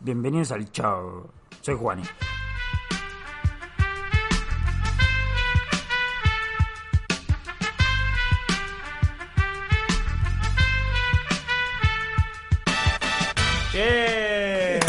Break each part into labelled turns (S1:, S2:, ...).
S1: Bienvenidos al show. Soy Juani.
S2: ¡Che!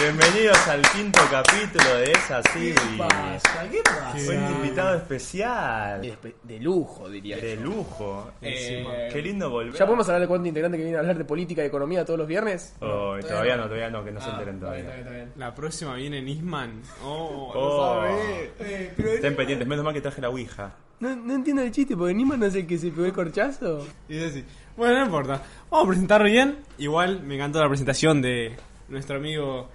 S2: Bienvenidos al quinto capítulo de esa serie.
S3: pasa? ¿Qué
S2: Fue
S3: pasa?
S2: un invitado especial.
S3: De, de lujo, diría
S2: De
S3: yo.
S2: lujo.
S3: Eh,
S2: Qué lindo volver.
S3: ¿Ya podemos hablar de cuánto integrante que viene a hablar de política y economía todos los viernes?
S2: Oh, todavía no, todavía no, que
S3: Ah,
S2: no se enteren todavía.
S4: La próxima viene Nisman. Oh,
S2: Oh.
S4: no sabe.
S2: Estén pendientes, menos mal que traje la Ouija.
S3: eh, No, no entiendo el chiste, porque Niman no es el que se pegó el corchazo.
S4: Y es así. Bueno, no importa. Vamos a presentarlo bien. Igual me encantó la presentación de nuestro amigo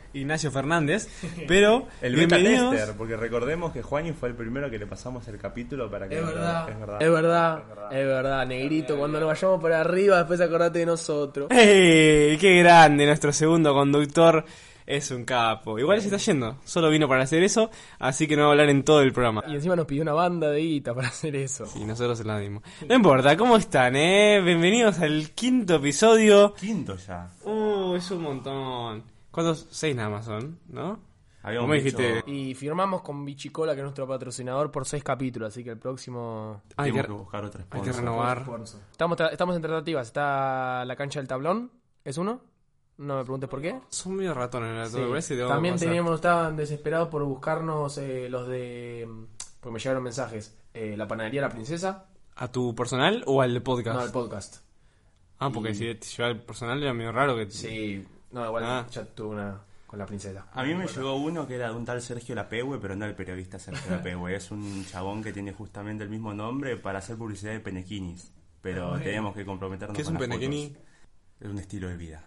S4: Ignacio Fernández. Pero
S2: El beta
S4: bienvenidos.
S2: tester, porque recordemos que Juani fue el primero que le pasamos el capítulo para que
S5: Es
S2: lo-
S5: verdad.
S2: Es verdad.
S3: Es verdad, es verdad, negrito, cuando nos vayamos para arriba, después acordate de nosotros.
S4: ¡Ey! ¡Qué grande! Nuestro segundo conductor es un capo. Igual se está yendo. Solo vino para hacer eso. Así que no va a hablar en todo el programa.
S3: Y encima nos pidió una banda de guita para hacer eso.
S4: Y nosotros se la dimos. No importa, ¿cómo están, eh? Bienvenidos al quinto episodio.
S2: Quinto ya.
S4: Uh, es un montón. ¿Cuántos? Seis nada más son, ¿no?
S2: Habíamos
S4: Como
S2: dicho-
S4: dijiste.
S3: Y firmamos con Bichicola, que es nuestro patrocinador, por seis capítulos, así que el próximo...
S4: Hay que,
S2: Tenemos que buscar otra
S4: hay que
S2: sponsor.
S4: renovar.
S3: Estamos, tra- estamos en tratativas, está la cancha del tablón, ¿es uno? No me preguntes por qué.
S4: Son medio ratones,
S3: Sí. También teníamos, estaban desesperados por buscarnos eh, los de. mm, Porque me llegaron mensajes. eh, la panadería La Princesa.
S4: ¿A tu personal o al podcast?
S3: No, el podcast.
S4: ah, porque
S3: y-
S4: si te lleva al personal era medio raro que...
S3: Sí. No, igual
S4: Ah.
S3: ya tuve una con la princesa.
S2: A mí me llegó uno que era de un tal Sergio Lapegue, pero no el periodista Sergio Lapegue. Es un chabón que tiene justamente el mismo nombre para hacer publicidad de penequinis. Pero teníamos que comprometernos
S4: Ah, ¿Qué es
S2: con
S4: un
S2: las
S4: penequini?
S2: fotos. Es un estilo de vida.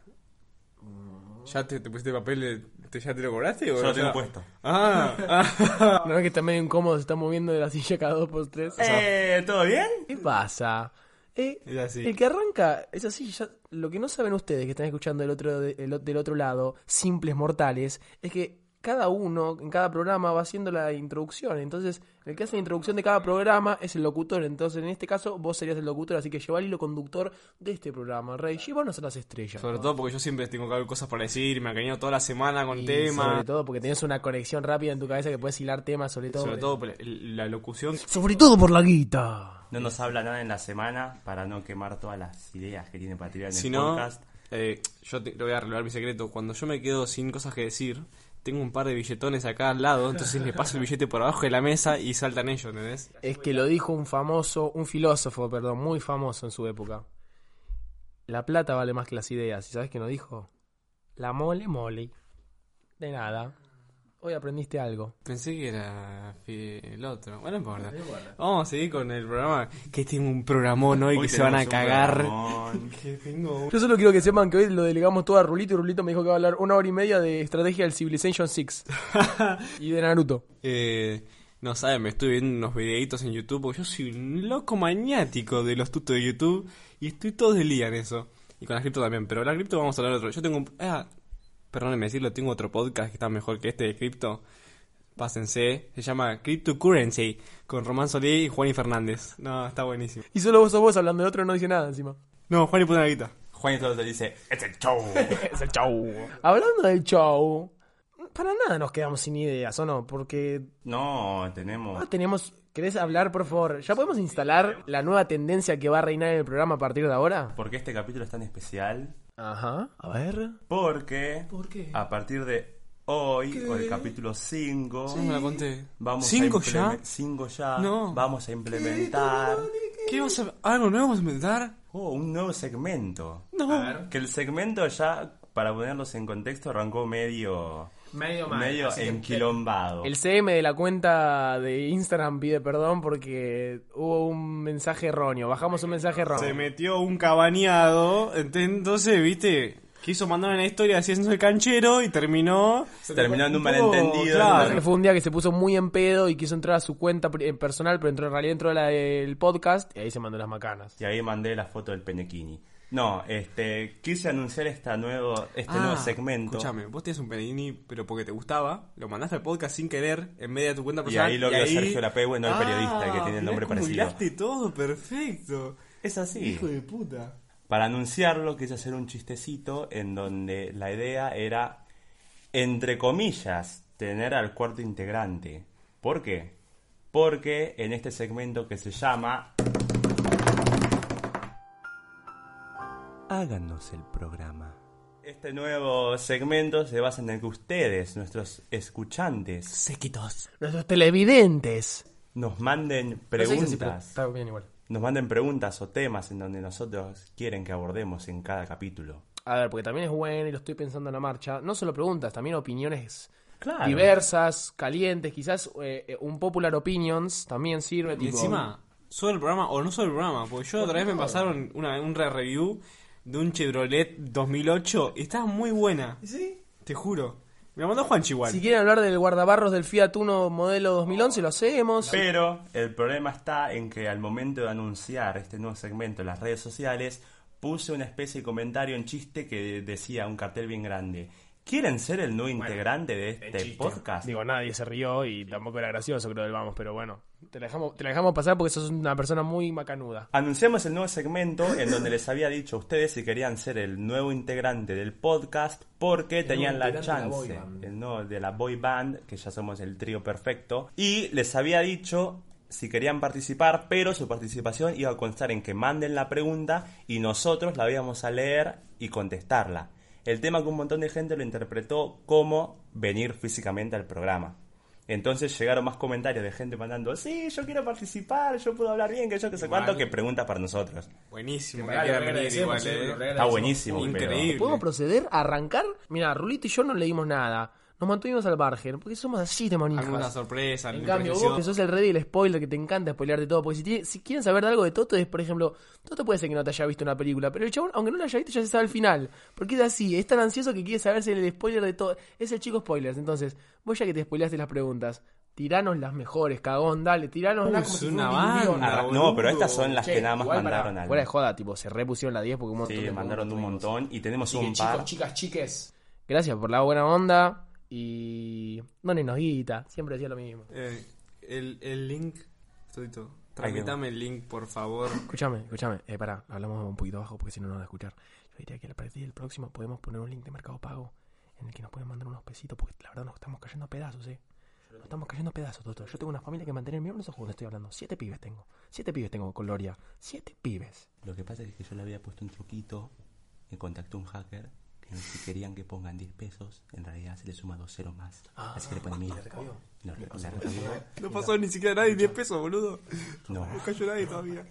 S4: ¿Ya te, te pusiste papel? de- te- ¿Ya te lo cobraste? o
S2: Yo lo tengo
S4: ya-
S2: puesto.
S4: Ah, ah.
S3: No es que está medio incómodo, se está moviendo de la silla cada dos por tres.
S2: Eh, ¿Todo bien?
S3: ¿Qué pasa? Eh,
S4: Es así.
S3: El que arranca es así. ya- lo que no saben ustedes que están escuchando del otro, de- el o- del otro lado, simples mortales, es que cada uno en cada programa va haciendo la introducción. Entonces, el que hace la introducción de cada programa es el locutor. Entonces, en este caso, vos serías el locutor, así que lleva el hilo conductor de este programa. Rey, llevanos a las estrellas.
S4: Sobre todo porque yo siempre tengo que haber cosas para decir, me acañado toda la semana con
S3: Y
S4: temas.
S3: Sobre todo porque tenés una conexión rápida en tu cabeza que puedes hilar temas, sobre todo.
S4: Sobre todo por el- la locución.
S3: Sobre todo por la guita.
S2: No nos habla nada en la semana para no quemar todas las ideas que tiene para tirar en
S4: Si
S2: el
S4: no,
S2: podcast.
S4: eh, yo te, le voy a revelar mi secreto. Cuando yo me quedo sin cosas que decir, tengo un par de billetones acá al lado, entonces le paso el billete por abajo de la mesa y saltan ellos, ¿entendés?
S3: Es que lo dijo un famoso, un filósofo, perdón, muy famoso en su época. La plata vale más que las ideas. ¿Y sabes qué nos dijo? La mole mole. De nada. Hoy aprendiste algo.
S4: Pensé que era fi- el otro. Bueno, no importa. Vamos a seguir con el programa. Que tengo un programón hoy, que se van a
S2: tenemos un
S4: cagar.
S2: programón.
S4: Que tengo...
S3: Yo solo quiero que sepan que hoy lo delegamos todo a Rulito y Rulito me dijo que va a hablar una hora y media de estrategia del Civilization 6 y de Naruto.
S4: Eh, no saben, me estoy viendo unos videitos en YouTube, porque yo soy un loco maniático de los tutos de YouTube y estoy todo el día en eso. Y con la cripto también, pero la cripto vamos a hablar otro. Yo tengo un... Ah, perdónenme decirlo, tengo otro podcast que está mejor que este de cripto. Pásense, se llama Cryptocurrency, con Román Solé y Juani Fernández. No, está buenísimo.
S3: Y solo vos sos vos hablando de otro no dice nada encima.
S4: No, Juani puta una guita.
S2: Juan todo te dice, es el show.
S3: Hablando del show, para nada nos quedamos sin ideas, ¿o no? Porque
S2: no, tenemos...
S3: Ahora Ah, tenemos. ¿Querés hablar, por favor? ¿Ya podemos instalar la nueva tendencia que va a reinar en el programa a partir de ahora?
S2: ¿Por qué este capítulo es tan especial?
S3: Ajá. A ver.
S2: Porque
S3: ¿Por qué?
S2: a partir de hoy, o el capítulo 5,
S4: No me la conté.
S2: vamos
S4: ¿Cinco
S2: a
S4: ya?
S2: 5 ya.
S4: No.
S2: Vamos a implementar
S4: ¿Qué vas a... ¿Algo nuevo vas a inventar?
S2: oh, un nuevo segmento.
S4: No.
S2: Que el segmento ya, para ponerlos en contexto, arrancó medio,
S3: Medio
S2: medio enquilombado.
S3: El CM de la cuenta de Instagram pide perdón porque hubo un mensaje erróneo. Bajamos un mensaje
S4: Se
S3: erróneo.
S4: metió un cabaneado, ent- entonces, viste, quiso mandar una historia haciendo el canchero y terminó...
S2: Terminando un
S4: Un poco,
S2: malentendido.
S4: claro.
S2: en
S3: Parece que
S2: una-
S3: Fue un día que se puso muy en pedo y quiso entrar a su cuenta pri- eh, personal, pero entró en realidad entró a la del podcast y ahí se mandó las macanas.
S2: Y ahí mandé la foto del penequini. No, este, quise anunciar esta nuevo, este nuevo segmento.
S4: Ah, Escúchame, vos tenés un Pellegrini, pero porque te gustaba, lo mandaste al podcast sin querer, en vez de a tu cuenta
S2: Y
S4: personal.
S2: ahí lo que Sergio Lapegue, no el
S4: Ah,
S2: periodista, que tiene el
S4: mirá
S2: nombre
S4: cómo
S2: parecido.
S4: hilaste todo perfecto.
S2: Es así.
S4: Hijo de puta.
S2: Para anunciarlo quise hacer un chistecito en donde la idea era entre comillas, tener al cuarto integrante. ¿Por qué? Porque en este segmento que se llama... Háganos el programa. Este nuevo segmento se basa en el que ustedes, nuestros escuchantes,
S4: Séquitos.
S3: Nuestros televidentes.
S2: nos manden
S3: No sé si- pero
S2: preguntas.
S3: Está bien igual.
S2: Nos manden preguntas o temas en donde nosotros quieren que abordemos en cada capítulo.
S3: A ver, porque también es bueno y lo estoy pensando en la marcha. No solo preguntas, también opiniones
S2: Claro.
S3: diversas, calientes, quizás eh, eh, un popular opinions también sirve.
S4: Y
S3: tipo-
S4: encima, solo el programa o no solo el programa, porque yo otra vez me pasaron una, un re-review de un Chevrolet 2008 y estaba muy buena.
S3: ¿Sí?
S4: Te juro. Me la mandó Juanchi igual.
S3: Si quieren hablar del guardabarros del Fiat Uno modelo 2011, lo hacemos.
S2: Pero el problema está en que al momento de anunciar este nuevo segmento en las redes sociales, puse una especie de comentario, un chiste que decía un cartel bien grande. ¿Quieren ser el nuevo integrante de este podcast?
S3: Digo, nadie se rió y tampoco era gracioso, creo, del vamos, pero bueno. Te la dejamos, te la dejamos pasar porque sos una persona muy macanuda.
S2: Anunciamos el nuevo segmento en donde les había dicho a ustedes si querían ser el nuevo integrante del podcast porque tenían la
S3: integrante de la
S2: chance
S3: boy band.
S2: el nuevo de la boy band, que ya somos el trío perfecto. Y les había dicho si querían participar, pero su participación iba a constar en que manden la pregunta y nosotros la íbamos a leer y contestarla. El tema que un montón de gente lo interpretó como venir físicamente al programa. Entonces llegaron más comentarios de gente mandando, sí, yo quiero participar, yo puedo hablar bien, que yo que sé cuánto,
S4: Mal.
S2: que pregunta para nosotros.
S4: Buenísimo.
S3: Vale,
S4: que quieran
S3: lo
S4: venir
S3: agradecemos,
S4: igual,
S3: sí,
S4: eh.
S3: lo agradecemos.
S2: Está buenísimo, pero-
S4: Increíble.
S3: ¿Podemos proceder a arrancar? Mira, Rulito y yo no leímos nada. Nos mantuvimos al margen, porque somos así de manijas.
S4: Alguna sorpresa,
S3: En
S4: alguna
S3: cambio, vos
S4: improvisación.
S3: que sos el rey del spoiler, que te encanta spoilear de todo, porque si, tiene- si quieren saber de algo de Toto es, por ejemplo, Toto puede ser que no te haya visto una película, pero el chabón, aunque no la haya visto, ya se sabe el final. Porque es así, es tan ansioso que quiere saberse el spoiler de todo. Es el chico spoilers, entonces, vos ya que te spoileaste las preguntas, tiranos las mejores, cagón, dale, tiranos las
S4: Uy, es una banda.
S2: Arra-
S4: boludo.
S2: Ah, no, pero estas son las que nada más mandaron al-
S3: Fuera de joda, tipo, se repusieron la 10 porque un montón
S2: Sí,
S3: de
S2: mandaron un
S3: preguntas tuvimos.
S2: montón y tenemos
S3: Así que,
S2: un par.
S3: chicas, chiques. Gracias por la buena onda y... Donenos guita, siempre decía lo mismo.
S4: Eh, el, el link, Todito, Transmitame el link, por favor.
S3: Escúchame, escúchame. Eh, pará, hablamos un poquito bajo porque si no nos van a escuchar. Yo diría que a partir del próximo podemos poner un link de Mercado Pago en el que nos pueden mandar unos pesitos porque la verdad nos estamos cayendo a pedazos, eh. Nos estamos cayendo a pedazos, doctor. Yo tengo una familia que mantener. Mira los ojos donde estoy hablando. Siete pibes tengo. Siete pibes tengo con Loria. Siete pibes.
S2: Lo que pasa es que yo le había puesto un truquito, me contactó un hacker, que si querían que pongan 10 pesos, en realidad se le suma dos ceros más.
S3: Ah,
S2: Así que le ponen mil. No, o sea, recabió.
S4: No pasó ni siquiera nadie 10 pesos, boludo.
S2: No,
S4: No cayó nadie todavía.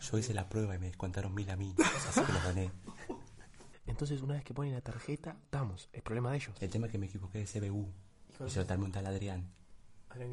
S2: yo hice la prueba y me descontaron mil a mí, así que lo doné.
S3: Entonces, una vez que ponen la tarjeta, estamos. Es problema de ellos.
S2: El tema es que me equivoqué de CBU y se lo terminó un tal Adrián.
S3: No,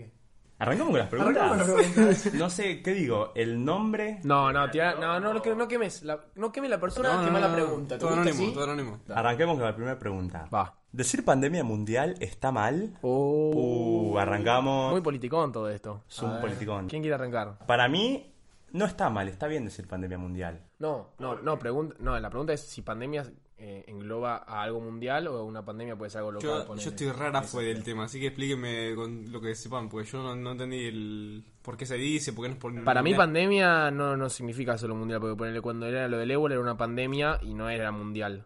S2: ¿Arrancamos con las preguntas? No sé, ¿qué digo? ¿El nombre?
S3: no, tira, no, no, no, no quemes. La, no quemes la persona que más la pregunta. ¿Te
S4: Todo
S3: gusta
S4: anónimo,
S3: así?
S4: todo anónimo.
S2: Arranquemos con la primera pregunta.
S3: Va.
S2: ¿Decir pandemia mundial está mal?
S3: Oh,
S2: Uh, arrancamos.
S3: muy politicón todo esto.
S2: Es un politicón.
S3: ¿Quién quiere arrancar?
S2: Para mí, no está mal, está bien decir pandemia mundial.
S3: No, no,
S4: eh,
S3: no, pregunta, no, la pregunta es si pandemia eh, engloba a algo mundial o una pandemia puede ser algo local.
S4: Yo,
S3: ponele.
S4: yo estoy rara fuera del tema, así que explíqueme con lo que sepan, porque yo no, no entendí el por qué se dice, por qué no es por
S3: Para mí
S4: na-
S3: pandemia no, no significa solo mundial, porque ponerle cuando era lo del ébola era una pandemia y no era mundial.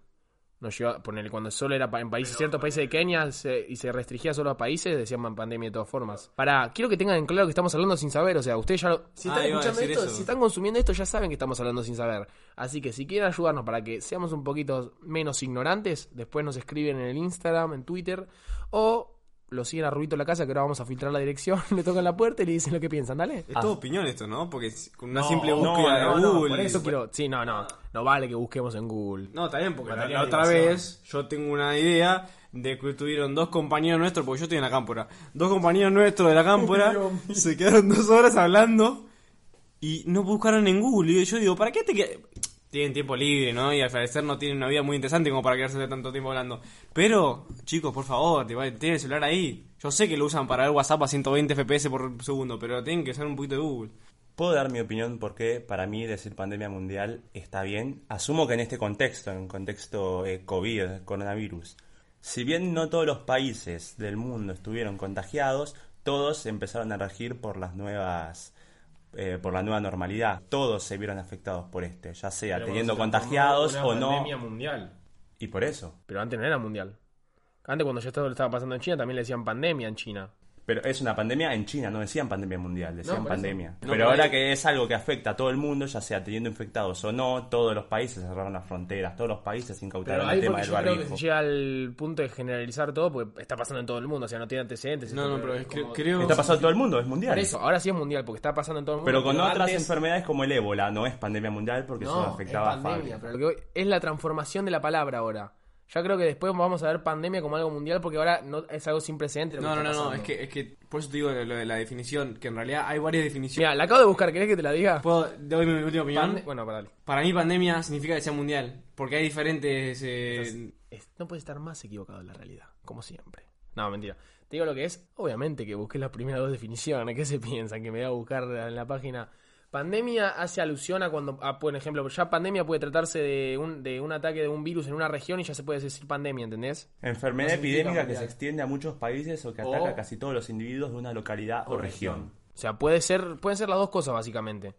S3: No llegó, ponerle cuando solo era pa- en países, ciertos países de Kenia se- y se restringía solo a países, decían man- pandemia de todas formas. Para, quiero que tengan en claro que estamos hablando sin saber, o sea, ustedes ya lo- si están
S4: Ah, iba a
S3: escuchando
S4: decir
S3: esto,
S4: eso.
S3: si están consumiendo esto, ya saben que estamos hablando sin saber. Así que si quieren ayudarnos para que seamos un poquito menos ignorantes, después nos escriben en el Instagram, en Twitter, o lo siguen a Rubito la casa, que ahora vamos a filtrar la dirección, le tocan la puerta y le dicen lo que piensan, dale.
S4: Es todo opinión esto, ¿no? Porque es- con una
S2: No,
S4: simple
S2: no,
S4: búsqueda
S2: no,
S4: de
S2: no,
S4: Google.
S3: Por eso quiero. Sí, no, no. No vale que busquemos en Google.
S4: No, está bien, porque la,
S3: Materia
S4: la
S3: de
S4: otra
S3: invasión.
S4: vez yo tengo una idea de que tuvieron dos compañeros nuestros, porque yo estoy en la cámpora. Dos compañeros nuestros de la cámpora se quedaron dos horas hablando y no buscaron en Google. Y yo digo, ¿para qué te quedas? Tienen tiempo libre, ¿no? Y al parecer no tienen una vida muy interesante como para quedarse tanto tiempo hablando. Pero, chicos, por favor, te va- tienen el celular ahí. Yo sé que lo usan para ver WhatsApp a 120 FPS por segundo, pero tienen que usar un poquito de Google.
S2: Puedo dar mi opinión porque para mí decir pandemia mundial está bien. Asumo que en este contexto, en contexto eh, COVID, coronavirus, si bien no todos los países del mundo estuvieron contagiados, todos empezaron a regir por las nuevas eh, por la nueva normalidad. Todos se vieron afectados por este, ya sea teniendo contagiados o no.
S3: mundial.
S2: Y por eso.
S3: Pero antes no era mundial. Antes cuando ya esto lo estaba pasando en China también le decían pandemia en China.
S2: Pero es una pandemia en China, no decían pandemia mundial, decían
S3: por eso.
S2: pandemia.
S4: No,
S2: pero
S4: pero
S2: ahora
S4: ahí-
S2: que es algo que afecta a todo el mundo, ya sea teniendo infectados o no, todos los países cerraron las fronteras, todos los países
S3: Pero
S2: incautaron el
S3: ahí
S2: tema
S3: porque
S2: del
S3: yo creo que
S2: barbijo.
S3: se llega al punto de generalizar todo porque está pasando en todo el mundo, o sea, no tiene antecedentes.
S4: No, no, pero es que creo.
S2: Está pasando en todo el mundo, es mundial.
S3: Por eso, ahora sí es mundial porque está pasando en todo el mundo.
S2: Pero con otras
S3: antes-
S2: enfermedades como el ébola, no es pandemia mundial porque
S3: No,
S2: solo afectaba
S3: es
S2: a
S3: pandemia,
S2: fábricas.
S3: pero lo que voy- es la transformación de la palabra ahora. Ya creo que después vamos a ver pandemia como algo mundial porque ahora no es algo sin precedente. lo
S4: No,
S3: que
S4: no,
S3: está
S4: no, no,
S3: pasando.
S4: es que, es que por eso te digo lo de la definición, que en realidad hay varias definiciones.
S3: Mira, la acabo de buscar, ¿querés que te la diga?
S4: ¿Puedo, doy mi última opinión?
S3: Pande- Bueno, para dale.
S4: Para mí pandemia significa que sea mundial, porque hay diferentes... eh,
S3: Es- no puedes estar más equivocado en la realidad, como siempre. No, mentira. Te digo lo que es. Obviamente que busqué las primeras dos definiciones. ¿Qué se piensan? Que me voy a buscar en la página. Pandemia hace alusión a cuando, a, por ejemplo, ya pandemia puede tratarse de un, de un ataque de un virus en una región y ya se puede decir pandemia, ¿entendés?
S2: Enfermedad
S3: No significa
S2: epidémica que
S3: mundial. Oh.
S2: se extiende a muchos países o que
S3: O-
S2: ataca a casi todos los individuos de una localidad o región.
S3: O sea, puede ser, pueden ser las dos cosas, básicamente.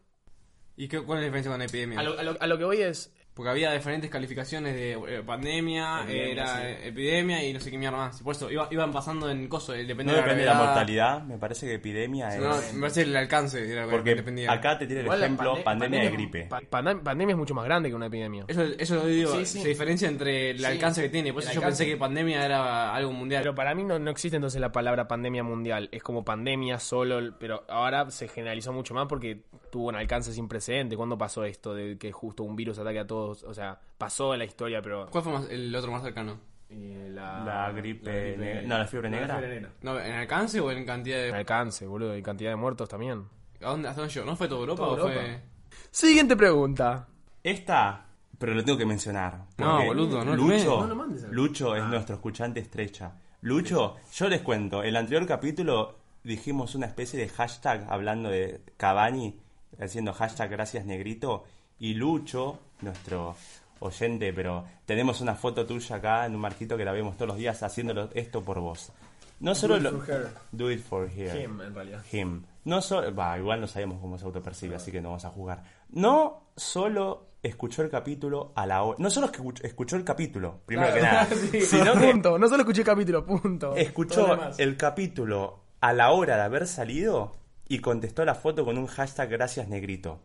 S4: ¿Y qué- cuál es la diferencia con la epidemia?
S3: A lo, a lo- a lo que voy es.
S4: Porque había diferentes calificaciones de eh, pandemia,
S2: Epidemia,
S4: era
S2: sí.
S4: eh, epidemia y no sé qué mierda más. Y Por eso iba- iban pasando en cosas, eh, depende
S2: No
S4: de la
S2: depende de la
S4: gravedad.
S2: mortalidad, me parece que epidemia es...
S4: No, me parece el alcance de la que
S2: Porque
S4: dependía.
S2: acá te tiene el
S3: igual la
S2: ejemplo
S3: pande-
S2: pandemia de
S3: es-
S2: gripe.
S3: pa- pandem- pandemia es mucho más grande que una epidemia.
S4: Eso, eso lo digo,
S3: Sí, sí.
S4: se diferencia entre el
S3: Sí,
S4: alcance que tiene. Por
S3: el
S4: eso yo
S3: alcance.
S4: pensé que pandemia era algo mundial.
S3: Pero para mí no, no existe entonces la palabra pandemia mundial. Es como pandemia solo, pero ahora se generalizó mucho más porque tuvo un alcance sin precedente. ¿Cuándo pasó esto de que justo un virus ataque a todos? O sea, pasó en la historia, pero... eh,
S4: ¿Cuál fue más- el otro más cercano?
S2: Ah, La gripe negra- no, la fiebre negra.
S4: No, ¿En alcance o en cantidad de...
S3: En alcance, boludo, y cantidad de muertos también.
S4: ¿A dónde, ¿Hasta dónde llegó? ¿No fue toda Europa
S3: Toda
S4: o
S3: Europa.
S4: fue...?
S3: Siguiente pregunta.
S2: Esta, pero lo tengo que mencionar.
S4: No,
S2: porque
S4: boludo, no lo
S2: Lucho,
S4: me- no
S3: lo mandes al-
S2: Lucho es nuestro escuchante estrecha. Lucho, yo les cuento, el anterior capítulo dijimos una especie de hashtag hablando de Cavani, haciendo hashtag gracias negrito, y Lucho, nuestro oyente, pero tenemos una foto tuya acá en un marquito que la vemos todos los días haciéndolo esto por vos. No solo
S3: it
S2: lo-
S3: for her.
S2: Do it for her.
S3: Him, en realidad.
S2: Him. No solo, va, igual no sabemos cómo se autopercibe, así que no vamos a jugar. No solo escuchó el capítulo a la hora, no solo escuch- escuchó el capítulo, primero que nada, sino que
S3: punto. No solo escuché el capítulo, punto. Todo lo
S2: escuchó
S3: demás.
S2: el capítulo a la hora de haber salido y contestó la foto con un hashtag gracias negrito.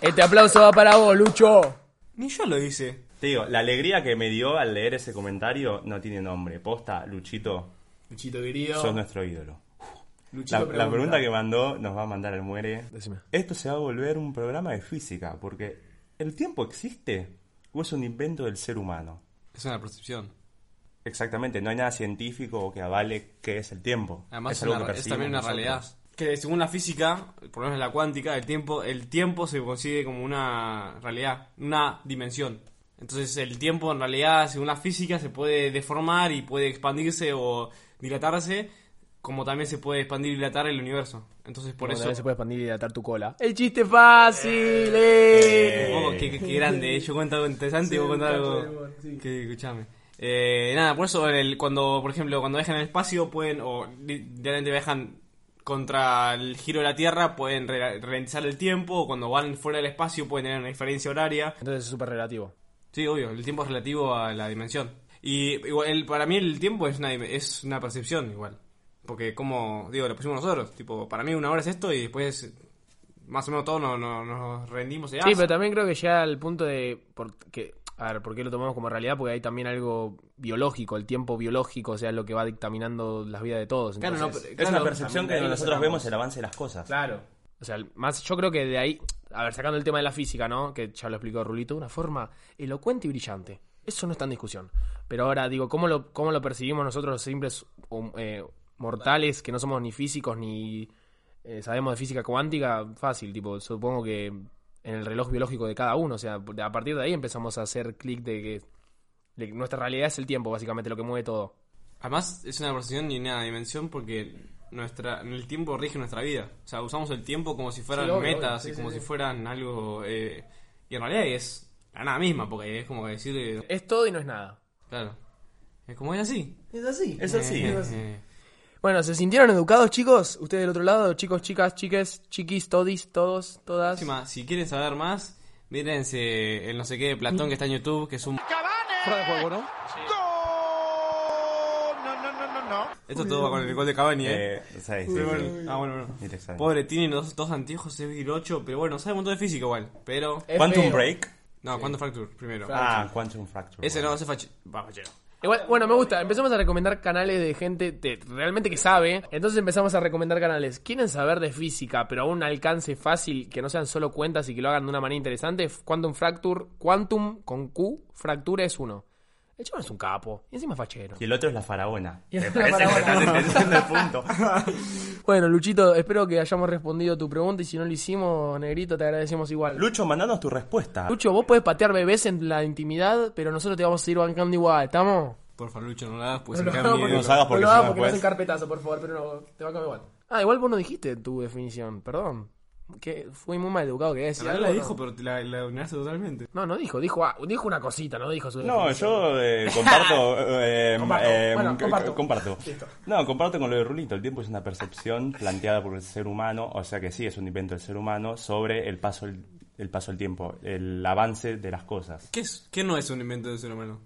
S3: Este aplauso va para vos, Lucho.
S4: Ni yo lo hice.
S2: Te digo, la alegría que me dio al leer ese comentario no tiene nombre. Posta, Luchito,
S4: Luchito querido.
S2: sos nuestro ídolo. La, la pregunta que mandó nos va a mandar el muere.
S3: Decime.
S2: Esto se va a volver un programa de física, porque ¿el tiempo existe o es un invento del ser humano?
S4: Es una percepción.
S2: Exactamente, no hay nada científico que avale qué es el tiempo.
S4: Además es,
S2: algo
S4: una-
S2: que
S4: es
S2: percibimos
S4: también una
S2: nosotros.
S4: realidad. Que según la física, por lo menos la cuántica, el tiempo, el tiempo se consigue como una realidad, una dimensión. Entonces el tiempo en realidad, según la física, se puede deformar y puede expandirse o dilatarse, como también se puede expandir y dilatar el universo. Entonces por
S3: Bueno,
S4: eso...
S3: también se puede expandir y dilatar tu cola. El chiste fácil. eh.
S4: Oh, qué, qué- qué grande, eh. yo cuento algo interesante y vos contás algo. Que escuchame. Eh, nada, por eso el- cuando, por ejemplo, cuando viajan en el espacio pueden, o li- literalmente viajan contra el giro de la Tierra, pueden re- ralentizar el tiempo, o cuando van fuera del espacio pueden tener una diferencia horaria.
S3: Entonces es súper relativo.
S4: Sí, obvio, el tiempo es relativo a la dimensión. Y igual, el- para mí el tiempo es una, dim- es una percepción igual. Porque como, digo, lo pusimos nosotros, tipo, para mí una hora es esto y después más o menos todos no- no- nos rendimos. y, ah,
S3: Sí, pero también creo que llega al punto de. Porque, a ver, ¿por qué lo tomamos como realidad? Porque hay también algo biológico, el tiempo biológico, o sea, lo que va dictaminando las vidas de todos.
S4: Claro, no,
S3: entonces-
S4: pero-
S2: Es una
S4: claro,
S2: percepción
S3: también de
S2: que
S3: ahí
S2: nosotros
S3: sacamos.
S2: vemos el avance de las cosas.
S3: Claro. O sea, más yo creo que de ahí, a ver, sacando el tema de la física, ¿no? Que ya lo explicó Rulito, de una forma elocuente y brillante. Eso no está en discusión. Pero ahora digo, ¿cómo lo, cómo lo percibimos nosotros los simples hum- eh, mortales que no somos ni físicos ni eh, sabemos de física cuántica? Fácil, tipo, supongo que en el reloj biológico de cada uno, o sea, de- a partir de ahí empezamos a hacer clic de que de que nuestra realidad es el tiempo, básicamente, lo que mueve todo.
S4: Además, es una percepción y una dimensión porque nuestra el tiempo rige nuestra vida. O sea, usamos el tiempo como si fueran
S3: Sí, obvio,
S4: metas
S3: obvio. Sí,
S4: y como
S3: sí,
S4: si
S3: sí.
S4: fueran algo. eh, y en realidad es la nada misma, porque es como que decir. eh,
S3: Es todo y no es nada.
S4: claro. Es como es así.
S3: Es así.
S2: Es así.
S4: Eh, eh,
S3: Bueno, ¿se sintieron educados, chicos? Ustedes del otro lado, chicos, chicas, chiques, chiquis, todis, todos, todas.
S4: encima, si quieren saber más, mírense el no sé qué de Platón que está en YouTube, que es un.
S5: Cavani!
S6: Fuera de juego, ¿no?
S5: Gol! no, no.
S4: Esto todo va con el gol de Cavani, ¿eh?
S2: Eh, sí, sí,
S4: Sí, bueno.
S2: sí.
S4: Ah, bueno, bueno.
S2: Ni te extraño.
S4: Pobre, tiene dos, dos anteojos, es virocho, pero bueno, sabe un montón de física igual. Pero.
S3: Es
S2: Quantum
S3: feo.
S2: Break.
S4: No, ¿cuánto Fracture primero?
S2: Ah, Quantum Fracture.
S4: Ese no, ese fachi... va, fachero.
S3: Igual, bueno, me gusta. Empezamos a recomendar canales de gente de- realmente que sabe. Entonces empezamos a recomendar canales. ¿Quieren saber de física, pero a un alcance fácil, que no sean solo cuentas y que lo hagan de una manera interesante? Quantum Fracture, Quantum con Q, Fractura es uno. El chaval es un capo. Y encima es fachero.
S2: Y el otro es la faraona.
S3: Y el
S2: Me
S3: otro
S2: parece
S3: es
S2: que
S3: la
S2: estás
S3: faraona.
S2: entendiendo el punto.
S3: Bueno, Luchito, espero que hayamos respondido tu pregunta. Y si no lo hicimos, Negrito, te agradecemos igual.
S2: Lucho, mandanos tu respuesta.
S3: Lucho, vos podés patear bebés en la intimidad, pero nosotros te vamos a seguir bancando igual, ¿estamos?
S4: Por favor, Lucho, no lo hagas, pues
S3: No
S4: se
S3: lo
S4: cae
S3: hagas
S4: mi
S3: porque-
S4: dedo.
S2: nos hagas porque si
S3: no lo
S2: no
S3: hagas
S2: pues.
S3: porque no es un
S2: puedes.
S3: carpetazo, por favor, pero no, te va a cambiar igual. Ah, igual vos no dijiste tu definición, perdón. Que fui muy mal educado, quería decir
S4: No
S3: algo,
S4: la
S3: ¿no?
S4: dijo, pero te la, la unilaste totalmente.
S3: No, no dijo, dijo, ah, dijo una cosita, no dijo su
S2: No,
S3: definición.
S2: yo eh, comparto. eh,
S3: Comparto.
S2: eh,
S3: Bueno,
S2: c-
S3: comparto.
S2: c- comparto.
S3: Listo.
S2: No, comparto con lo de Rulito. El tiempo es una percepción planteada por el ser humano, o sea que sí, es un invento del ser humano sobre el paso, el, paso del tiempo, el avance de las cosas.
S4: ¿Qué, es, ¿Qué no es un invento del ser humano?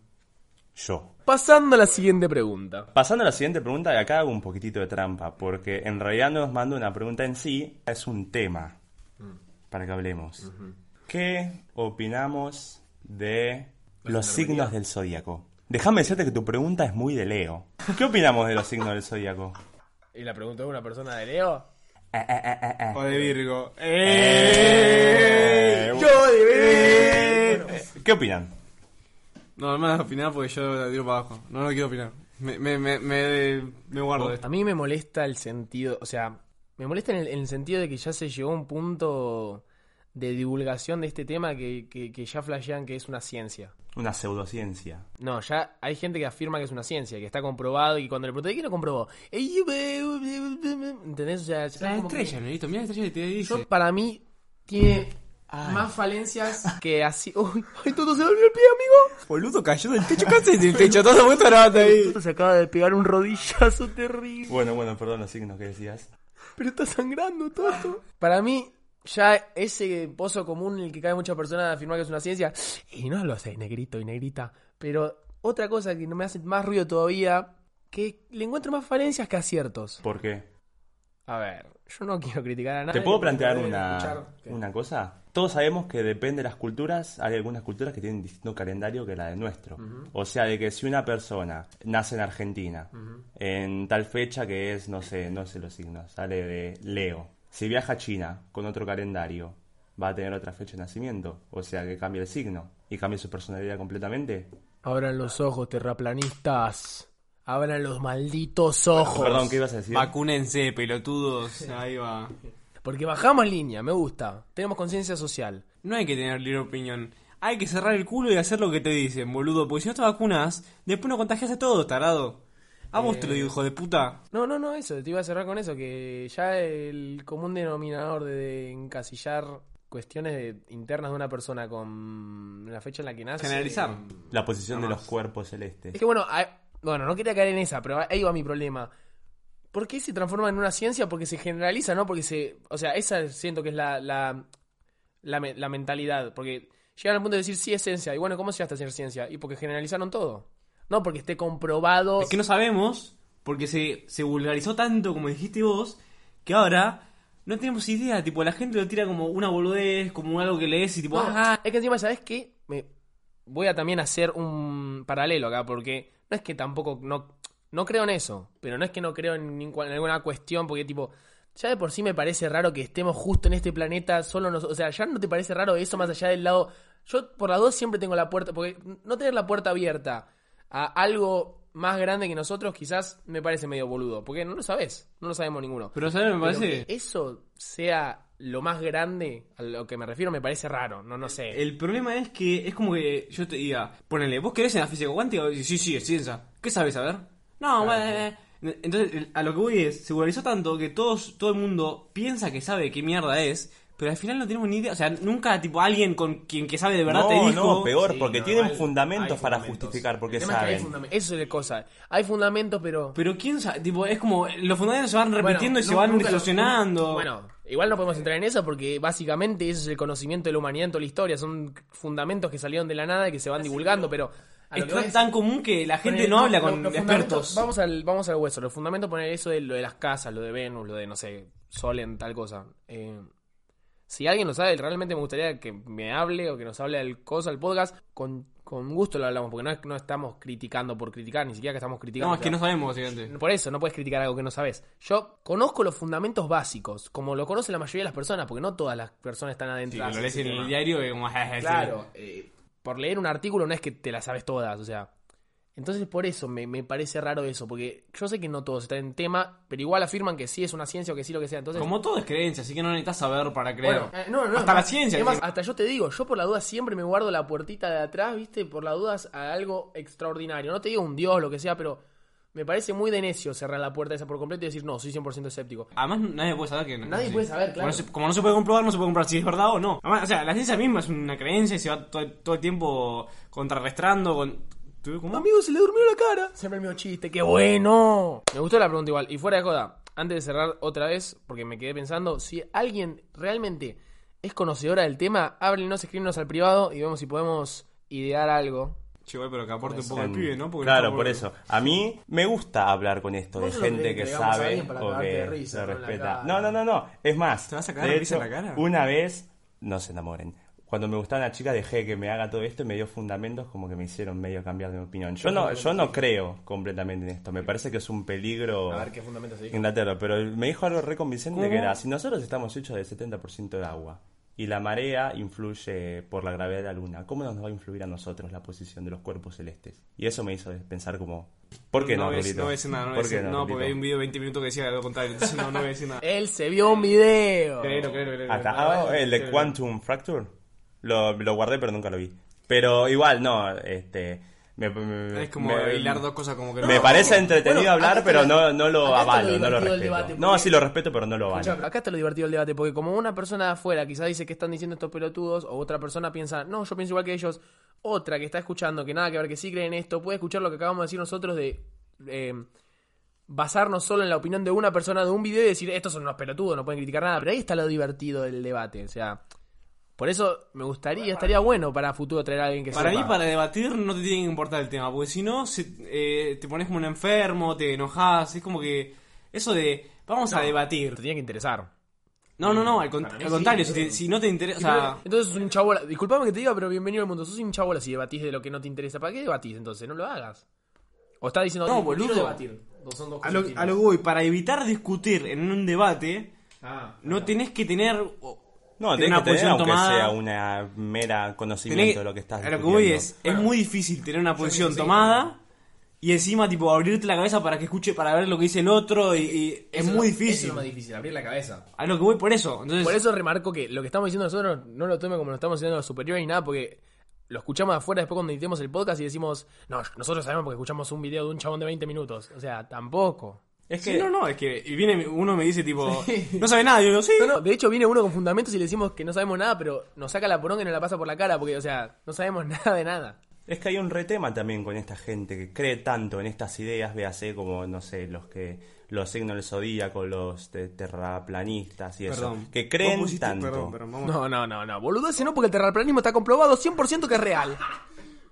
S2: Yo.
S3: Pasando a la siguiente pregunta.
S2: Pasando a la siguiente pregunta, y acá hago un poquitito de trampa, porque en realidad no nos manda una pregunta en sí, es un tema Mm. para que hablemos. ¿Qué opinamos de los signos del zodíaco? Déjame decirte que tu pregunta es muy de Leo. ¿Qué opinamos de los signos del zodíaco?
S3: ¿Y la pregunta de una persona de Leo?
S2: Eh, eh, eh, eh, eh.
S4: O de Virgo. Eh.
S2: Eh,
S3: ¡Yo de
S2: ¿Qué opinan?
S4: No, no me vas a opinar porque yo la tiro para abajo. No, no quiero opinar. Me, me, me, me, me guardo
S3: A
S4: esto.
S3: mí me molesta el sentido, o sea, me molesta en el, en el sentido de que ya se llegó a un punto de divulgación de este tema que, que- que ya flashean que es una ciencia.
S2: Una pseudociencia.
S3: No, ya hay gente que afirma que es una ciencia, que está comprobado y cuando le pregunté, ¿qué lo comprobó? ¿Entendés? O sea, ya
S4: La
S3: es como que-
S4: estrella, Nerito, mira la estrella que te
S3: Yo,
S4: dice.
S3: para mí, tiene más falencias que así... ¡Uy! ¡Ay, todo se volvió el pie, amigo!
S4: Boludo, cayó del techo, casi del techo. Todo se muestra grabando ahí.
S3: Se acaba de pegar un rodillazo terrible.
S2: Bueno, bueno, perdón los signos que decías.
S3: Pero está sangrando, Toto. Para mí, ya ese pozo común en el que cae muchas personas a afirmar que es una ciencia, y no lo sé, negrito y negrita, pero otra cosa que no me hace más ruido todavía, que le encuentro más falencias que aciertos.
S2: ¿Por qué?
S3: A ver, yo no quiero criticar a nadie.
S2: ¿Te puedo
S3: porque
S2: plantear
S3: pueden
S2: una,
S3: escuchar que-
S2: una cosa? Todos sabemos que depende de las culturas, hay algunas culturas que tienen distinto calendario que la de nuestro. O sea, de que si una persona nace en Argentina, en tal fecha que es, no sé, no sé los signos, sale de Leo, si viaja a China con otro calendario, va a tener otra fecha de nacimiento. O sea, que cambia el signo y cambia su personalidad completamente.
S3: Abran los ojos, terraplanistas. Abran los malditos ojos.
S2: Perdón, ¿qué ibas a decir?
S4: Vacúnense, pelotudos. Ahí va.
S3: Porque bajamos línea, me gusta. Tenemos conciencia social.
S4: No hay que tener libre opinión. Hay que cerrar el culo y hacer lo que te dicen, boludo. Porque si no te vacunas, después no contagias a todo, tarado. A vos te lo
S3: Eh,
S4: digo, hijo de puta.
S3: No, no, no, eso, te iba a cerrar con eso, que ya el común denominador de encasillar cuestiones de- internas de una persona con la fecha en la que nace.
S4: Generalizar.
S2: La posición de los cuerpos celestes.
S4: Este.
S3: Es que bueno, a- bueno, no quería caer en esa, pero ahí va mi problema. ¿Por qué se transforma en una ciencia? Porque se generaliza, ¿no? Porque se. O sea, esa siento que es la. la, la, me- la mentalidad. Porque llegan al punto de decir sí es ciencia. Y bueno, ¿cómo se hasta ser ciencia? Y porque generalizaron todo. No porque esté comprobado.
S4: Es que no sabemos, porque se, se vulgarizó tanto, como dijiste vos, que ahora no tenemos idea. Tipo, la gente lo tira como una boludez, como algo que lees y tipo,
S3: No,
S4: ah,
S3: es que encima, ¿sabes qué? Me- voy a también hacer un paralelo acá, porque no es que tampoco no, no creo en eso, pero no es que no creo en, ninguna- en alguna cuestión, porque tipo, ya de por sí me parece raro que estemos justo en este planeta, solo nos, o sea, ya no te parece raro eso más allá del lado. Yo por las dos siempre tengo la puerta, porque no tener la puerta abierta a algo más grande que nosotros quizás me parece medio boludo, porque no lo sabes, no lo sabemos ninguno.
S4: Pero ¿sabes? Me
S3: Pero
S4: parece...
S3: que eso sea lo más grande a lo que me refiero me parece raro, no no sé.
S4: El problema es que es como que yo te diga, ponele, ¿vos querés en la física cuántica? Y sí, sí, es ciencia. ¿Qué sabes saber? No, eh, eh. entonces el- a lo que voy es, se vulgarizó tanto que todos, todo el mundo piensa que sabe qué mierda es, pero al final no tenemos ni idea. O sea, nunca tipo alguien con quien que sabe de verdad
S2: no,
S4: te dijo.
S2: no, peor,
S3: Sí,
S2: porque
S3: no,
S2: tienen
S3: hay-
S2: fundamentos
S3: hay
S2: para
S3: fundamentos.
S2: justificar, porque
S3: El tema es que hay
S2: saben.
S3: fundamentos. Eso es la cosa. Hay fundamentos, pero.
S4: Pero quién sabe, tipo, es como, los fundamentos se van
S3: Bueno,
S4: repitiendo y se
S3: no,
S4: van
S3: nunca lo-
S4: distorsionando.
S3: Bueno, igual no podemos entrar en eso porque básicamente eso es el conocimiento de la humanidad en toda la historia. Son fundamentos que salieron de la nada y que se van divulgando, pero. a lo
S4: Es
S3: que
S4: tan,
S3: voy es-
S4: tan común que la gente
S3: Poner-
S4: no habla
S3: lo-
S4: con
S3: lo fundamento-
S4: expertos.
S3: Vamos al, vamos al hueso. Lo fundamento poner eso de lo de las casas, lo de Venus, lo de, no sé, Solen, tal cosa. Eh, si alguien lo sabe, realmente me gustaría que me hable o que nos hable al cosa, al podcast. Con, con gusto lo hablamos, porque no, es- no estamos criticando por criticar, ni siquiera que estamos criticando.
S4: No, es que no
S3: pero-
S4: sabemos, básicamente.
S3: por eso, no puedes criticar algo que no sabes. Yo conozco los fundamentos básicos, como lo conoce la mayoría de las personas, porque no todas las personas están
S4: Sí,
S3: adentro.
S4: que lo lees en el diario y como... "Ah, sí".
S3: Claro, eh, por leer un artículo no es que te la sabes todas, o sea. Entonces por eso me, me parece raro eso, porque yo sé que no todos están en tema, pero igual afirman que sí es una ciencia o que sí lo que sea. Entonces,
S4: Como todo es creencia, así que no necesitas saber para creer.
S3: bueno, eh, no, no,
S4: Hasta
S3: no.
S4: la ciencia.
S3: Es más,
S4: encima.
S3: hasta yo te digo, yo por la duda siempre me guardo la puertita de atrás, viste, por la duda a algo extraordinario. No te digo un dios, lo que sea, pero me parece muy de necio cerrar la puerta esa por completo y decir, no, soy 100% escéptico.
S4: Además, nadie puede saber que no.
S3: Nadie
S4: sí.
S3: puede saber, claro.
S4: Como no, se, como no se puede comprobar, no se puede comprobar si es verdad o no. Además, o sea, la ciencia misma es una creencia y se va todo, todo el tiempo contrarrestrando con. ¿Tú, ¿Cómo?
S3: Amigo, se le durmió la cara. Siempre el mismo chiste, qué bueno. Me gustó la pregunta igual. Y fuera de joda, antes de cerrar otra vez, porque me quedé pensando, si alguien realmente es conocedora del tema, háblenos, escríbenos al privado y vemos si podemos idear algo.
S4: Che, güey, pero que aporte un poco al pibe, ¿no? Porque
S2: claro,
S4: no-
S2: por eso. A mí me gusta hablar con esto de
S3: Vos no
S2: gente
S3: querés
S2: que
S3: que digamos a
S2: sabe
S3: alguien para
S2: o
S3: cagarte
S2: que
S3: de risa,
S2: se
S3: ¿no? en la cara.
S2: respeta. No, no, no, no. Es más,
S4: ¿Te vas a cagar
S2: de
S4: de risa en
S2: hecho,
S4: la cara?
S2: una vez, no se enamoren. Cuando me gustaba una chica dejé que me haga todo esto y me dio fundamentos como que me hicieron medio cambiar de opinión. Yo no, yo no creo completamente en esto. Me parece que es un peligro.
S3: A ver qué fundamento se dijo.
S2: Inglaterra, pero me dijo algo re convincente que era, si nosotros estamos hechos del 70% de agua y la marea influye por la gravedad de la luna, ¿cómo nos va a influir a nosotros la posición de los cuerpos celestes? Y eso me hizo pensar como, ¿por qué no,
S4: no ves,
S2: Rulito?
S4: no ves nada, no
S2: ¿Por
S4: ves
S2: qué
S4: nada. No, porque hay
S2: Rulito?
S4: un video de 20 minutos que decía lo contrario, entonces no, no voy a decir nada.
S3: Él se vio un video.
S4: Creelo, creelo, creelo.
S2: Ah, está.
S4: Ah,
S2: Ah,
S4: vale,
S2: el de
S4: creelo.
S2: Quantum Fracture. Lo, lo guardé, pero nunca lo vi. Pero igual, no, este... me- me-
S4: Es como
S2: me-
S4: hilar dos cosas como que
S2: Me parece entretenido
S3: Bueno,
S2: hablar,
S3: acá está
S2: pero no,
S3: lo-
S2: no lo
S3: acá está lo
S2: avalo, no lo
S3: divertido del
S2: respeto.
S3: debate,
S2: no,
S3: porque-
S2: sí lo respeto, pero no lo avalo.
S3: Escuchá, pero acá está lo divertido del debate, porque como una persona de afuera quizás dice que están diciendo estos pelotudos, o otra persona piensa, no, yo pienso igual que ellos, otra que está escuchando, que nada que ver, que sí cree en esto, puede escuchar lo que acabamos de decir nosotros de eh, basarnos solo en la opinión de una persona de un video y decir, estos son unos pelotudos, no pueden criticar nada, pero ahí está lo divertido del debate, o sea, por eso me gustaría, estaría bueno para futuro traer a alguien que
S4: Para mí,
S3: sepa.
S4: para debatir, no te tiene que importar el tema, porque si no, se- eh, te pones como un enfermo, te enojas, es como que. Eso de. Vamos a
S3: Te
S4: debatir.
S3: tiene que interesar.
S4: No, no, no, al, con- al contrario, si, te- si no te interesa. O sea,
S3: Entonces sos un chabola. Disculpame que te diga, pero bienvenido al mundo. Sos un chabola si debatís de lo que no te interesa. ¿Para qué debatís entonces? No lo hagas. O estás diciendo,
S4: No,
S3: "Quiero
S4: boludo.
S3: debatir. Dos- Son dos
S4: a
S3: cosas
S4: lo,
S3: distintas.
S4: a lo que voy, para evitar discutir en un debate,
S3: Ah.
S4: no tenés que tener. o-
S2: No,
S4: tener
S2: tenés que tener, aunque sea una mera conocimiento
S4: tenés que-
S2: de lo que estás
S4: a lo que
S2: discutiendo.
S4: voy es, es muy difícil tener una posición
S3: sí.
S4: tomada. Y encima, tipo, abrirte la cabeza para que escuche, para ver lo que dice el otro, y, y es
S3: Eso
S4: muy
S3: eso
S4: difícil.
S3: es lo más difícil, abrir la cabeza.
S4: A lo que voy por eso. Entonces,
S3: Por eso remarco que lo que estamos diciendo nosotros no lo tome como lo estamos diciendo los superiores ni nada, porque lo escuchamos de afuera después cuando editemos el podcast y decimos, no, nosotros sabemos porque escuchamos un video de un chabón de 20 minutos. O sea, tampoco.
S2: Es
S4: Sí, no, no, es que y viene mi- uno me dice tipo, no sabe nada, yo digo, sí.
S3: No, no, de hecho viene uno con fundamentos y le decimos que no sabemos nada, pero nos saca la poronga y nos la pasa por la cara, porque, o sea, no sabemos nada de nada.
S2: Es que hay un retema también con esta gente que cree tanto en estas ideas, véase como, no sé, los que los signos del zodíaco, los te- terraplanistas y eso, que creen
S4: Vos pusiste-
S2: tanto.
S4: perdón, perdón, vamos.
S3: No, no, no, no, boludo, ese no, porque el terraplanismo está comprobado 100% que es real.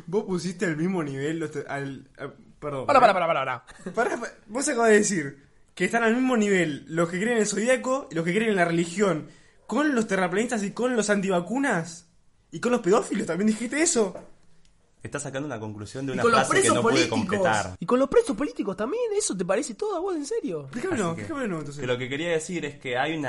S4: Vos pusiste al mismo nivel los te- al, a- perdón.
S3: Para, para, para, para, para.
S4: Pará, pa- vos acabas de decir que están al mismo nivel los que creen en el zodíaco y los que creen en la religión con los terraplanistas y con los antivacunas y con los pedófilos, también dijiste eso.
S2: Está sacando una conclusión de
S3: Y
S2: una
S3: con los
S2: frase que
S3: presos
S2: no puede
S3: políticos.
S2: completar.
S3: Y con los presos políticos también, ¿eso te parece todo a vos, en serio?
S4: Explícamelo,
S2: que-
S4: explícamelo entonces.
S2: Que lo que quería decir es que hay un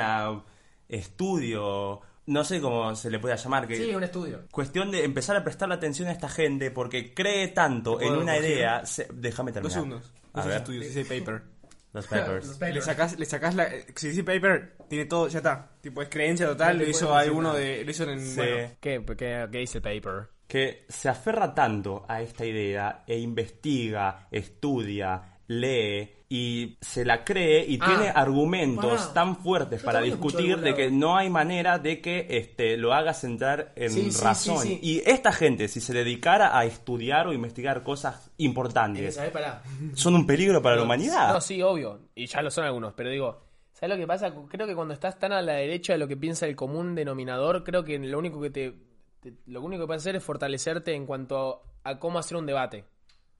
S2: estudio, no sé cómo se le pueda llamar, que
S3: Sí, un estudio.
S2: Cuestión de empezar a prestarle atención a esta gente porque cree tanto
S4: ¿Te
S2: en
S4: puedo
S2: una
S4: corregir?
S2: idea. se- Déjame terminar.
S4: Dos segundos.
S2: A
S4: Dos
S2: ver.
S4: estudios, dice paper.
S2: Los papers.
S4: Le sacás, le sacás la. eh, Si dice paper, tiene todo, ya está. Tipo, es creencia total, lo hizo alguno de. Lo hizo en.
S2: Sí.
S4: bueno, Eh,
S3: ¿Qué, qué, qué dice el paper?
S2: Que se aferra tanto a esta idea e investiga, estudia, lee y se la cree y
S3: Ah,
S2: tiene argumentos
S3: pará.
S2: tan fuertes
S3: Yo
S2: para
S3: también escuché
S2: discutir
S3: algún
S2: de
S3: lado.
S2: que no hay manera de que este, lo hagas entrar en
S3: Sí, sí, sí,
S2: razón.
S3: sí.
S2: Y esta gente, si se dedicara a estudiar o investigar cosas importantes,
S3: ¿Sabés? Pará.
S2: son un peligro para la humanidad.
S3: No, sí, obvio. Y ya lo son algunos, pero digo, ¿sabes lo que pasa? Creo que cuando estás tan a la derecha de lo que piensa el común denominador, creo que lo único que te, te- lo único que puedes hacer es fortalecerte en cuanto a cómo hacer un debate.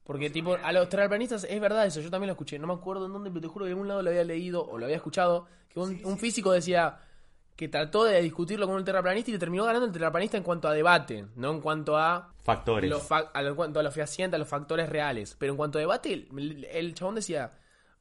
S3: Porque, tipo, a los terraplanistas es verdad eso, yo también lo escuché, no me acuerdo en dónde, pero te juro que en algún lado lo había leído o lo había escuchado, que un, un físico decía que trató de discutirlo con un terraplanista y le terminó ganando el terraplanista en cuanto a debate, no en cuanto a
S2: Factores.
S3: los fac- a lo- en cuanto a los fehacientes, a los factores reales. Pero en cuanto a debate, el, el chabón decía,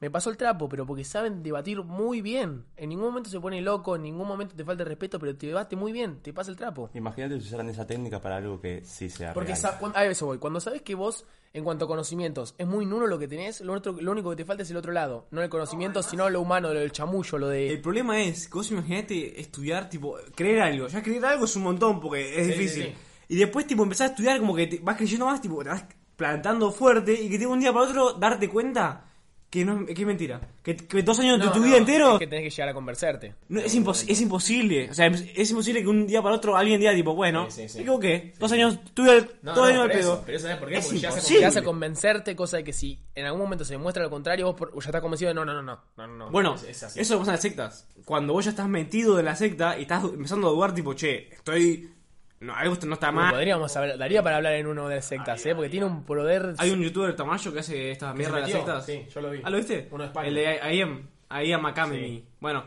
S3: me pasó el trapo, pero porque saben debatir muy bien. En ningún momento se pone loco, en ningún momento te falta el respeto, pero te debate muy bien, te pasa el trapo.
S2: Imagínate si usaran esa técnica para algo que sí sea
S3: Porque
S2: real.
S3: sa- cuan- a eso voy. Cuando sabes que vos, en cuanto a conocimientos, es muy nulo lo que tenés, lo, otro- lo único que te falta es el otro lado. No el conocimiento, sino lo humano, lo del chamullo, lo de...
S4: El problema es que vos imaginate estudiar, tipo, creer algo. Ya creer algo es un montón porque es
S3: Sí,
S4: difícil.
S3: sí, sí.
S4: Y después, tipo, empezar a estudiar como que te vas creyendo más, tipo, te vas plantando fuerte y que tipo, un día para otro darte cuenta que no es- que es mentira. Que, que dos años de
S3: No,
S4: tu
S3: no,
S4: vida entero
S3: Es que tenés que llegar a conversarte.
S4: no, es, impos- es imposible. O sea, es es imposible que un día para otro alguien diga, tipo, bueno,
S3: Sí, sí, sí.
S4: me equivoqué. Dos años, tuve el-
S3: No,
S4: dos
S3: no,
S4: años al
S3: pero
S4: pedo.
S3: eso- pero eso ¿sabes por qué?
S4: Es
S3: Porque llegas a,
S4: imposible.
S3: llegas a convencerte, cosa de que si en algún momento se demuestra lo contrario, vos por- ya estás convencido de no, no, no, no, no, no, no.
S4: Bueno,
S3: Es- es así.
S4: eso pasa en las sectas. Cuando vos ya estás metido en la secta y estás empezando a dudar, tipo, che, estoy. No, algo no está
S3: Bueno,
S4: mal.
S3: podríamos hablar, daría para hablar en uno de las sectas, ¿eh? Porque tiene un poder...
S4: Hay un youtuber tamayo que hace estas mierdas de las
S3: metió?
S4: sectas.
S3: Sí, yo lo vi.
S4: ¿Ah, lo viste?
S3: Uno de España.
S4: El de I- IAM. IAM Academy. Bueno,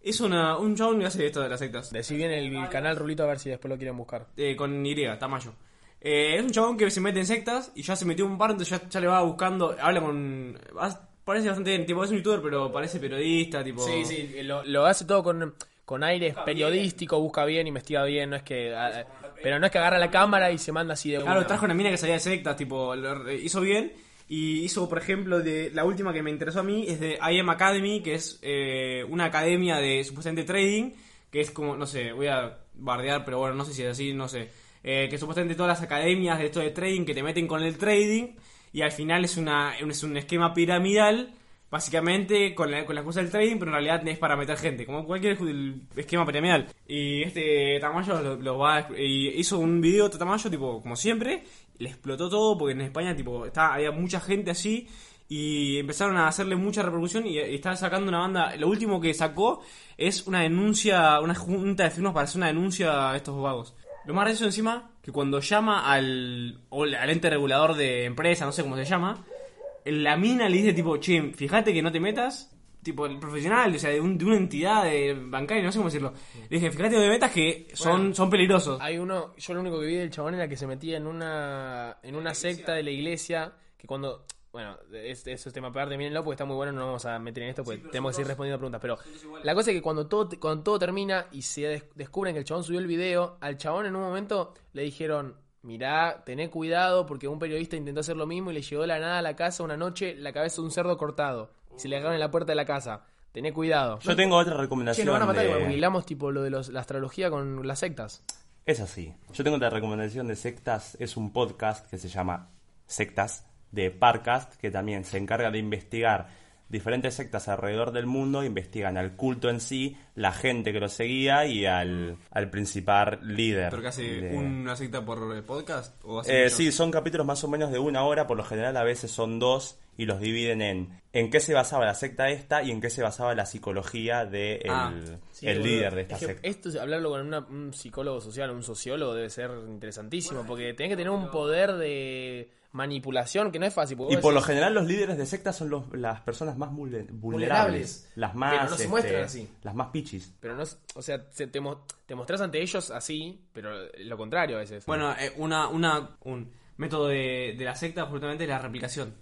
S4: es una, un chabón que hace esto de las sectas.
S3: Decí bien el canal Rulito a ver si después lo quieren buscar.
S4: Eh, con Y, Tamayo. Eh, es un chabón que se mete en sectas y ya se metió un par, entonces ya, ya le va buscando. Habla con. as- Parece bastante bien, tipo, es un youtuber, pero parece periodista, tipo.
S3: Sí, sí, lo, lo hace todo con, con aires periodístico, busca bien, investiga bien, no es que... ah, Pero no es que agarra la cámara y se manda así de...
S4: Claro,
S3: una.
S4: trajo una mina que salía de sectas, tipo, lo re- hizo bien. Y hizo, por ejemplo, de la última que me interesó a mí es de IM Academy, que es eh, una academia de supuestamente trading, que es como, no sé, voy a bardear, pero bueno, no sé si es así, no sé. Eh, que supuestamente todas las academias de esto de trading que te meten con el trading y al final es, una, es un esquema piramidal, básicamente con la, con la excusa del trading, pero en realidad es para meter gente, como cualquier ju- esquema piramidal. Y este Tamayo lo, lo va a- y hizo un video de Tamayo, tipo, como siempre, y le explotó todo porque en España tipo está, había mucha gente así y empezaron a hacerle mucha repercusión y, y está sacando una banda. Lo último que sacó es una denuncia, una junta de firmas para hacer una denuncia a estos vagos. Lo más gracioso encima, que cuando llama al, o al al ente regulador de empresa, no sé cómo se llama, la mina le dice tipo, che, fíjate que no te metas, tipo el profesional, o sea, de, un- de una entidad de bancaria, no sé cómo decirlo. Le dije, fíjate que no te metas que son, son peligrosos.
S3: Hay uno, yo lo único que vi del chabón era que se metía en una, en una secta de la iglesia, que cuando... Bueno, es- eso es tema aparte, mírenlo porque está muy bueno, no nos vamos a meter en esto porque tenemos que seguir respondiendo preguntas. Pero la cosa es que cuando todo, te- cuando todo termina y se des- descubren que el chabón subió el video, al chabón en un momento le dijeron, mirá, tené cuidado porque un periodista intentó hacer lo mismo y le llegó de la nada a la casa una noche la cabeza de un cerdo cortado y se le agarraron en la puerta de la casa. Tené cuidado.
S2: Yo tengo otra recomendación.
S3: lo van a matar
S2: de-
S3: igual, porque hilamos tipo lo de los- la astrología con las sectas.
S2: Es así. Yo tengo otra recomendación de sectas. Es un podcast que se llama Sectas de Parcast, que también se encarga de investigar diferentes sectas alrededor del mundo. Investigan al culto en sí, la gente que lo seguía y al, al principal líder.
S4: Pero que hace
S2: de-
S4: una secta por eh, podcast o hace
S2: Eh,
S4: mucho?
S2: sí, son capítulos más o menos de una hora, por lo general a veces son dos y los dividen en en qué se basaba la secta esta y en qué se basaba la psicología del de
S4: Ah,
S2: el-
S3: Sí,
S2: el
S3: boludo.
S2: líder de esta
S3: Es que eh,
S2: secta.
S3: Esto, hablarlo con una- un psicólogo social, un sociólogo, debe ser interesantísimo, porque tenés que tener un poder de manipulación que no es fácil. porque
S2: Y
S3: vos
S2: por lo
S3: decís,
S2: general los líderes de sectas son los- las personas más vulne- vulnerables,
S3: Vulnerables.
S2: las
S3: Pero
S2: más este,
S3: no se muestran así.
S2: las más pichis.
S3: Pero no, es- o sea, se- te, mo- te mostrás ante ellos así, pero lo contrario a veces.
S4: Bueno, eh, una, una, un método de, de la secta justamente es la replicación.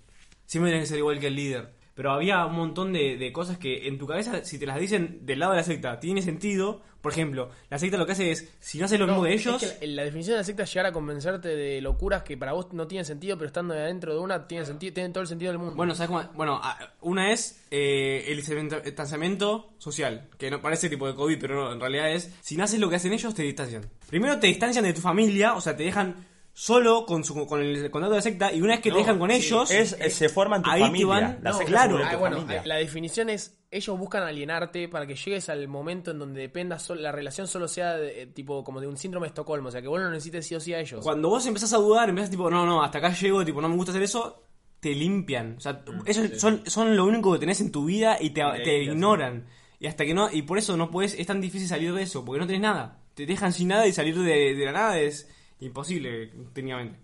S4: Siempre tienes que ser igual que el líder. Pero había un montón de, de cosas que en tu cabeza, si te las dicen del lado de la secta, tiene sentido. Por ejemplo, la secta lo que hace es, si no haces lo
S3: No,
S4: mismo de
S3: es
S4: ellos,
S3: que la, la definición de la secta es llegar a convencerte de locuras que para vos no tienen sentido, pero estando adentro de una tienen, sentido, tienen todo el sentido del mundo.
S4: Bueno, ¿sabes cómo? Bueno, a- una es eh, el distanciamiento- distanciamiento social, que no parece tipo de COVID, pero no, en realidad es, si no haces lo que hacen ellos, te distancian. Primero te distancian de tu familia, o sea, te dejan solo con, su, con el contrato de secta, y una vez que te dejan con ellos,
S2: Es, es- se forman tu
S4: ahí te
S2: familia.
S4: van-
S2: la
S4: no,
S2: secta
S4: claro.
S2: se vuelve
S3: Ah,
S2: tu
S3: bueno,
S2: familia.
S3: la definición es, ellos buscan alienarte para que llegues al momento en donde dependa sol- la relación solo sea de, eh, tipo como de un síndrome de Estocolmo, o sea que vos no necesites sí o sí a ellos.
S4: cuando vos empezás a dudar, empezás tipo, no, no, hasta acá llego, tipo, no me gusta hacer eso, te limpian. O sea,
S2: Mm,
S4: eso son, son lo único que tenés en tu vida y te, te ignoran. Y hasta que no, y por eso no puedes, es tan difícil salir de eso, porque no tenés nada. Te dejan sin nada y salir de, de la nada es imposible, técnicamente.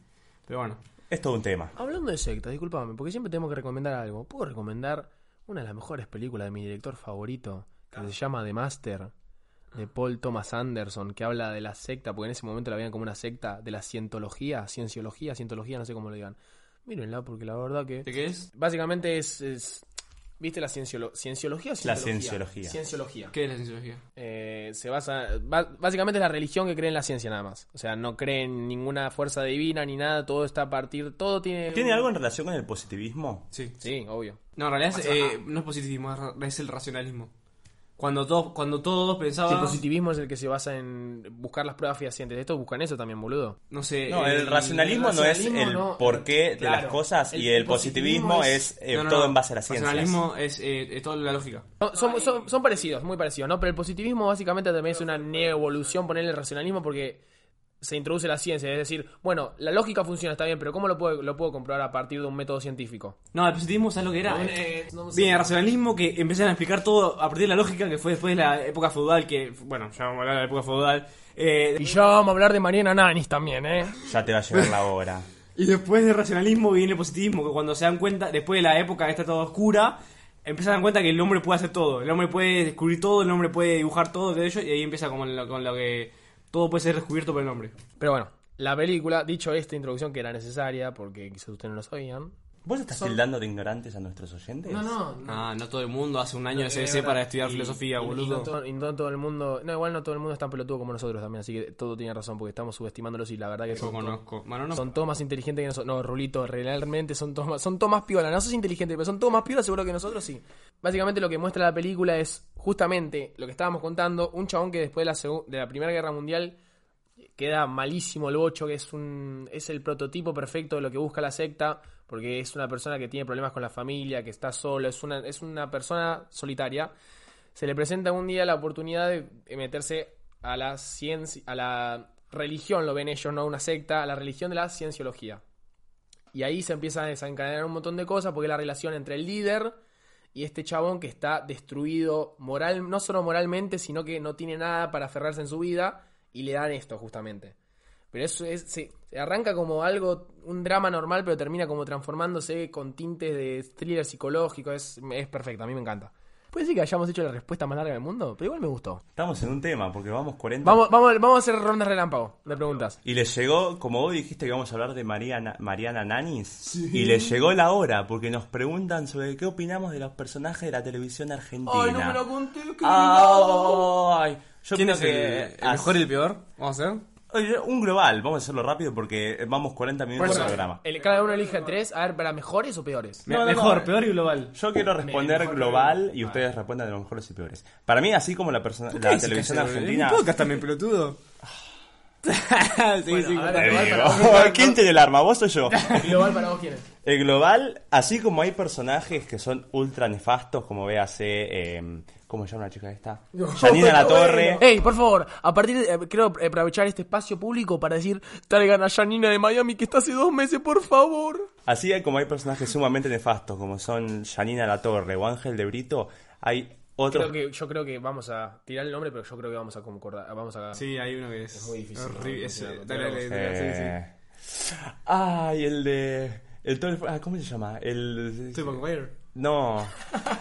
S4: Pero bueno.
S2: Es todo un tema.
S3: Hablando de sectas, discúlpame, porque siempre tenemos que recomendar algo. ¿Puedo recomendar una de las mejores películas de mi director favorito, que se llama The Master, de Paul Thomas Anderson, que habla de la secta, porque en ese momento la veían como una secta de la cientología, cienciología, cientología, no sé cómo lo digan. Mírenla, porque la verdad que...
S4: ¿De ¿este qué es?
S3: Básicamente es... es- ¿Viste la cienciolo- cienciología o
S2: La
S3: cientología?
S2: cienciología.
S3: Cienciología.
S4: ¿Qué es la cienciología?
S3: Eh, se basa ba- básicamente es la religión que cree en la ciencia nada más o sea no cree en ninguna fuerza divina ni nada todo está a partir todo tiene
S2: ¿Tiene algo en relación con el positivismo?
S4: Sí.
S3: sí obvio
S4: No, en realidad es, eh, no es positivismo, es, ra- es el racionalismo. Cuando todos, cuando todos
S3: Si el
S4: pensaban.
S3: positivismo es el que se basa en buscar las pruebas fehacientes estos buscan eso también boludo
S4: no sé.
S2: No, el,
S4: eh,
S2: racionalismo, no es
S3: racionalismo
S2: el
S3: no-
S2: porqué de
S3: claro.
S2: las cosas y el,
S3: El- el positivismo
S2: positivismo, es, eh,
S4: no, no,
S2: todo
S4: no.
S2: en base a las ciencias.
S4: Racionalismo es, eh, es toda la lógica.
S3: son, son- son- son parecidos muy parecidos no pero el positivismo básicamente también es una neoevolución ponerle el racionalismo porque se introduce la ciencia es decir bueno la lógica funciona está bien pero cómo lo puedo lo puedo comprobar a partir de un método científico
S4: No, el positivismo, ¿sabes lo que era? Eh,
S3: no sé.
S4: Bien, el racionalismo que empiezan a explicar todo a partir de la lógica que fue después de la época feudal, que, bueno, ya vamos a hablar de la época feudal. eh,
S3: y ya vamos a hablar de Mariana Nanis también eh
S2: Ya te va a llegar la hora.
S4: Y después del racionalismo viene el positivismo, que cuando se dan cuenta, después de la época que está toda oscura, empiezan a dar cuenta que el hombre puede hacer todo. El hombre puede descubrir todo, el hombre puede dibujar todo, todo ello, y ahí empieza como lo, con lo que todo puede ser descubierto por el hombre.
S3: Pero bueno, la película, dicho esta introducción que era necesaria, porque quizás ustedes no lo sabían.
S2: ¿Vos estás tildando de ignorantes a nuestros oyentes?
S4: Ah, no todo el mundo hace un año de
S3: es
S4: CBC
S3: verdad.
S4: para estudiar
S3: Y-
S4: filosofía,
S3: y No
S4: boludo.
S3: todo, y no todo el mundo. No, igual no todo el mundo es tan pelotudo como nosotros también, así que todo tiene razón, porque estamos subestimándolos y la verdad que
S4: Yo
S3: son, to-
S4: conozco. Bueno, no.
S3: son todos más inteligentes que nosotros. No, Rulito, realmente son todos más, son todos más piola. No sos inteligente, pero son todos más piola, seguro que nosotros sí. Básicamente lo que muestra la película es justamente lo que estábamos contando: un chabón que después de la, segu- de la Primera Guerra Mundial queda malísimo el bocho, que es un es el prototipo perfecto de lo que busca la secta, porque es una persona que tiene problemas con la familia, que está solo, es una, es una persona solitaria. Se le presenta un día la oportunidad de meterse a la ciencia, a la religión, lo ven ellos, no a una secta, a la religión de la cienciología. Y ahí se empieza a desencadenar un montón de cosas, porque es la relación entre el líder y este chabón que está destruido moral, no solo moralmente, sino que no tiene nada para aferrarse en su vida, y le dan esto justamente. Pero eso es, se, se arranca como algo, un drama normal, pero termina como transformándose con tintes de thriller psicológico, es, es perfecto, a mí me encanta. Puede ser que hayamos hecho la respuesta más larga del mundo, pero igual me gustó.
S2: Estamos en un tema, porque vamos 40...
S3: Vamos, vamos, vamos a hacer rondas relámpago de preguntas.
S2: Y le llegó, como vos dijiste que vamos a hablar de Mariana, Mariana Nanis, y le llegó la hora, porque nos preguntan sobre qué opinamos de los personajes de la televisión argentina.
S3: conté,
S2: Ah, Ay, yo
S4: ¿Quién
S2: creo
S4: es el,
S2: que
S4: el mejor y el peor? Vamos a hacer.
S2: Oye, Un global, vamos a hacerlo rápido porque vamos 40
S3: Por
S2: minutos
S3: eso,
S2: de programa.
S3: el- cada uno elige tres, a ver, ¿para mejores o peores?
S4: Me-
S2: No, no,
S4: mejor,
S2: no.
S4: peor y global.
S2: Yo quiero responder global y ustedes respondan de los mejores y peores. Para mí, así como la, persona, la televisión argentina...
S4: Un podcast también, pelotudo. sí, sí,
S3: a ver,
S4: claro.
S2: Te
S3: Global
S2: digo.
S3: para vos, global,
S2: Eh, ¿Quién
S3: no.
S2: tiene el arma? ¿Vos o yo?
S3: Global para vos, ¿quién es?
S2: El global, así como hay personajes que son ultra nefastos, como véase, eh, ¿cómo se llama la chica esta? Janina La Torre.
S3: Ey, por favor, a partir de, eh, quiero eh, aprovechar este espacio público para decir, traigan a Janina de Miami que está hace dos meses, por favor.
S2: Así como hay personajes sumamente nefastos, como son Janina La Torre o Ángel de Brito, hay otros.
S3: Creo que, yo creo que vamos a tirar el nombre, pero yo creo que vamos a concordar, vamos a...
S4: Sí, hay uno que es.
S3: muy difícil, ¿no?
S4: horrible,
S3: No
S4: es-
S3: funciona,
S4: dale, dale, dale, sí, sí.
S2: eh, Ay, el de. El todo el- ah, ¿Cómo se llama? El.
S4: Estoy McGuire.
S2: No.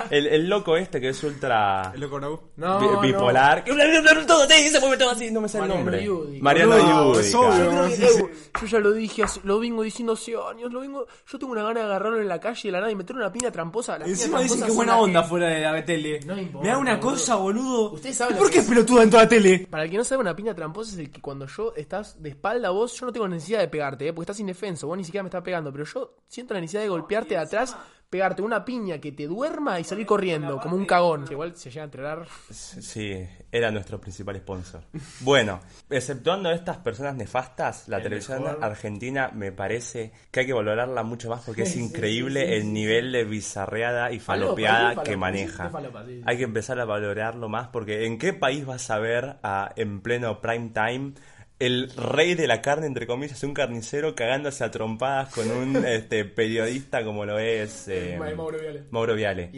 S2: El, el loco este que es ultra.
S4: El loco no.
S3: No,
S2: bi-
S3: no.
S2: bipolar. Que bla, bla, bla, todo, sí, se mueve todo así, no me sale el
S3: Mariano
S2: nombre.
S3: Yudica.
S2: Mariano
S4: Boludo, es
S2: Yudica.
S4: obvio.
S3: Yo, creo que-
S4: Sí, sí.
S3: eh, yo ya lo dije, hace- lo vengo diciendo hace años, lo vengo, yo tengo una gana de agarrarlo en la calle de la nada y meter una piña tramposa. Las
S4: Encima
S3: piñas
S4: dicen
S3: tramposas
S4: que
S3: son
S4: buena
S3: las
S4: onda fuera de la tele.
S3: No importa,
S4: Me da una
S3: boludo.
S4: cosa, boludo.
S3: Ustedes saben lo
S4: ¿Por
S3: que
S4: qué es
S3: es.
S4: pelotuda en toda tele?
S3: Para el que no sabe, una piña tramposa es el que cuando yo estás de espalda a vos, yo no tengo necesidad de pegarte, ¿eh? porque estás indefenso, vos ni siquiera me estás pegando, pero yo siento la necesidad de golpearte de atrás, pegarte una piña que te duerma y salir corriendo, como un cagón. Que igual se llega a enterar.
S2: Sí, era nuestro principal sponsor. Bueno, exceptuando estas personas nefastas, la televisión argentina me parece que hay que valorarla mucho más porque es increíble el nivel de bizarreada y
S3: Falopa,
S2: falopeada
S3: sí, falopa,
S2: que
S3: sí,
S2: maneja.
S3: sí, falopa, sí, sí.
S2: Hay que empezar a valorarlo más porque ¿en qué país vas a ver a- en pleno prime time? El rey de la carne, entre comillas, un carnicero cagándose a trompadas con un este, periodista como lo es eh,
S3: Mauro Viale.
S2: Mauro Viale.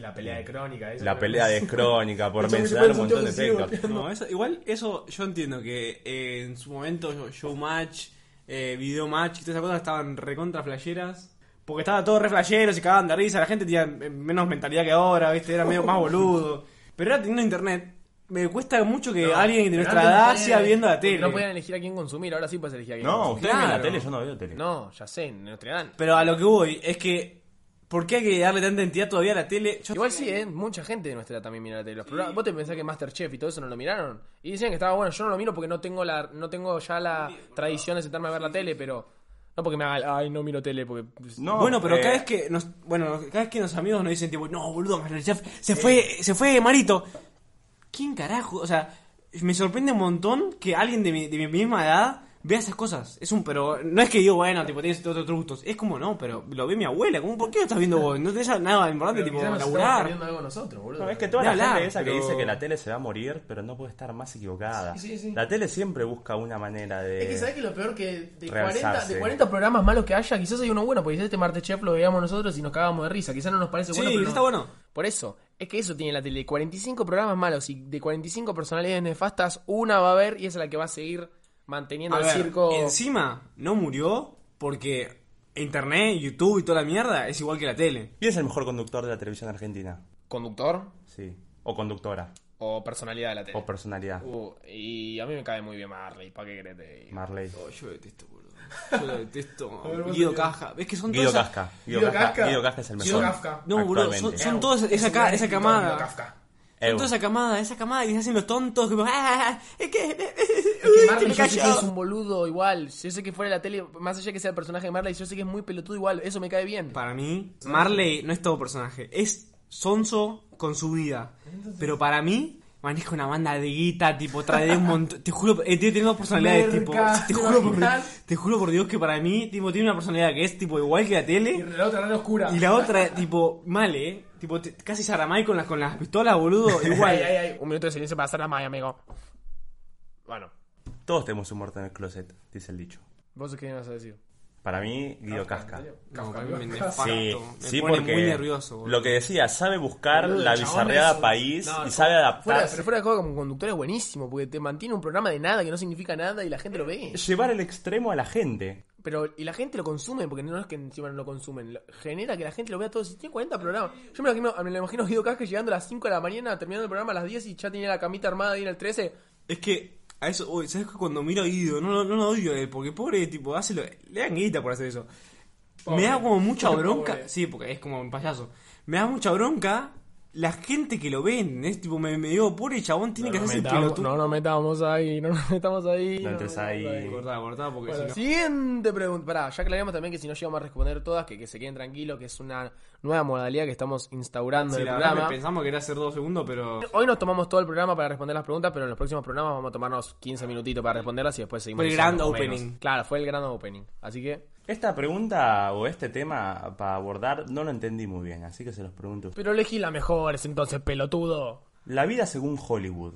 S3: la pelea de crónica,
S2: La pelea de crónica, por
S3: Eso me
S2: mencionar un
S3: suena
S2: montón de
S3: sentido,
S2: efectos.
S4: No, eso- igual eso yo entiendo que eh, en su momento yo- Showmatch, eh, Video Match y todas esas cosas estaban recontra flasheras. Porque estaba todo re flashero, se cagaban de risa, la gente tenía eh, menos mentalidad que ahora, ¿viste? Era medio más boludo. Pero ahora teniendo internet, me cuesta mucho que alguien de nuestra edad siga viendo la tele.
S3: No podían elegir a quién consumir, ahora sí puedes elegir a quién
S2: No,
S3: consumir.
S2: ustedes ven la
S4: Claro.
S2: tele, yo no veo tele.
S3: No, ya sé, en nuestra edad.
S4: Pero a lo que voy es que. ¿Por qué hay que darle tanta entidad todavía a la tele? Yo-
S3: Igual sí, ¿eh? mucha gente de nuestra edad también mira la tele. Los programas- ¿Vos te pensás que Masterchef y todo eso no lo miraron? Y decían que estaba bueno, yo no lo miro porque no tengo la no tengo ya la tradición de sentarme a ver la tele, pero no porque me haga, ay, no miro tele porque pues,
S2: No,
S4: bueno, pero
S2: eh,
S4: cada vez que nos, bueno, cada vez que los amigos nos dicen tipo, no, boludo, Masterchef, se fue, se fue Marito. ¿Quién carajo? O sea, me sorprende un montón que alguien de mi, de mi misma edad vea esas cosas. Es un pero no es que digo, bueno, tipo tienes otros otros gustos. Es como no, pero lo ve mi abuela, como por qué lo estás viendo vos? No tenés nada importante tipo laburar.
S3: algo nosotros, boludo.
S2: No, es que toda
S4: Ni
S2: la
S4: hablar,
S2: gente esa que
S4: pero-
S2: dice que la tele se va a morir, pero no puede estar más equivocada.
S3: Sí, sí, sí.
S2: La tele siempre busca una manera de...
S3: Es que sabes que lo peor que de 40,
S2: Eh, Realzarse.
S3: de 40 programas malos que haya, quizás hay uno bueno, porque quizás este Masterchef lo veíamos nosotros y nos cagábamos de risa, quizás no nos parece
S4: Sí,
S3: bueno, pero no-
S4: está bueno.
S3: Por eso, es que eso tiene la tele, 45 programas malos y de 45 personalidades nefastas, una va a ver y esa es la que va a seguir manteniendo
S4: A
S3: el
S4: ver,
S3: circo.
S4: Encima no murió porque internet, YouTube y toda la mierda es igual que la tele.
S2: ¿Quién es el mejor conductor de la televisión argentina?
S3: Conductor
S2: Sí. O conductora.
S3: o personalidad de la tele.
S2: O personalidad.
S3: Uh, y a mí me cae muy bien Marley, ¿para qué querés te diga?
S2: Marley.
S4: Oh, yo lo detesto, boludo. Yo lo detesto. Guido Caja. Es que son
S2: Guido
S4: todas esas-
S2: Casca. Guido Casca. Guido Casca es el
S3: Guido
S2: mejor.
S3: Kafka.
S4: No, boludo, son,
S2: actualmente.
S4: son todas esa, ca- esa
S3: Ah.
S4: camada. Son
S2: Eu.
S4: toda esa camada, esa camada y se hacen los tontos. Como, "Ah, es que.
S3: Que
S4: uy,
S3: Marley
S4: me
S3: yo sé
S4: cayó".
S3: que es un boludo igual. Yo sé que fuera de la tele, más allá que sea el personaje de Marley, yo sé que es muy pelotudo igual. Eso me cae bien.
S4: Para mí, Marley no es todo personaje. Es sonso con su vida. Pero para mí, maneja una banda de guita, tipo, trae un montón. Te juro, eh, tiene, tiene dos personalidades, tipo.
S3: Merca, ¿te
S4: Te juro, por,
S3: imaginas?
S4: te juro por Dios que para mí, tipo, tiene una personalidad que es, tipo, igual que la tele.
S3: la otra la oscura.
S4: Y la otra, tipo, mal, eh. Tipo, te- casi Saramay con las, con las pistolas, boludo. Igual.
S3: Un minuto de silencio para hacer la maya, amigo. Bueno,
S2: Todos tenemos un muerto en el closet, dice el dicho.
S3: vos qué me vas a decir.
S2: Para mí, Guido Casca.
S4: No, para mí me nefasto.
S2: Sí,
S4: me
S2: sí,
S4: pone
S2: porque
S4: muy nervioso. boludo.
S2: lo que decía, sabe buscar
S3: Boludo,
S2: la
S3: el chabón es
S2: bizarreada
S3: un-
S2: país
S3: No,
S2: y
S3: no.
S2: sabe
S3: Fuera,
S2: adaptarse.
S3: pero fuera de juego como conductor es buenísimo, porque te mantiene un programa de nada que no significa nada y la gente lo ve.
S2: Llevar al extremo a la gente.
S3: Pero, y la gente lo consume, porque no es que encima no lo consumen, lo- genera que la gente lo vea todo. Si tiene 40 programas, yo me lo imagino, me lo imagino a Guido Casca llegando a las 5 de la mañana, terminando el programa a las 10 y ya tenía la camita armada ahí en el 13.
S4: Es que, a eso, uy, ¿sabes que cuando miro a Guido? No, lo- no lo odio a él, porque pobre, tipo, hace lo- le dan guita por hacer eso. Me da como mucha bronca. Sí, porque es como un payaso. Me da mucha bronca la gente que lo ven. Es tipo, me, me digo, pobre chabón, tiene que hacerse el pelotudo.
S3: no nos metamos ahí, no nos metamos ahí.
S2: No entres
S3: nos
S2: ahí.
S3: metamos
S4: Cortá, cortá, porque
S3: Bueno,
S4: si no.
S3: Siguiente pregunta. Pará, ya aclaramos también que si no llegamos a responder todas, que, que se queden tranquilos, que es una nueva modalidad que estamos instaurando
S4: Sí,
S3: en el
S4: la verdad,
S3: programa.
S4: me pensamos que era hacer dos segundos, pero.
S3: Hoy nos tomamos todo el programa para responder las preguntas, pero en los próximos programas vamos a tomarnos 15 minutitos para responderlas y después seguimos.
S4: Fue el
S3: usando
S4: grand
S3: o menos.
S4: opening.
S3: Claro, fue el gran opening. Así que.
S2: Esta pregunta o este tema para abordar no lo entendí muy bien, así que se los pregunto. a ustedes.
S3: Pero elegí las mejores, entonces, pelotudo.
S2: La vida según Hollywood.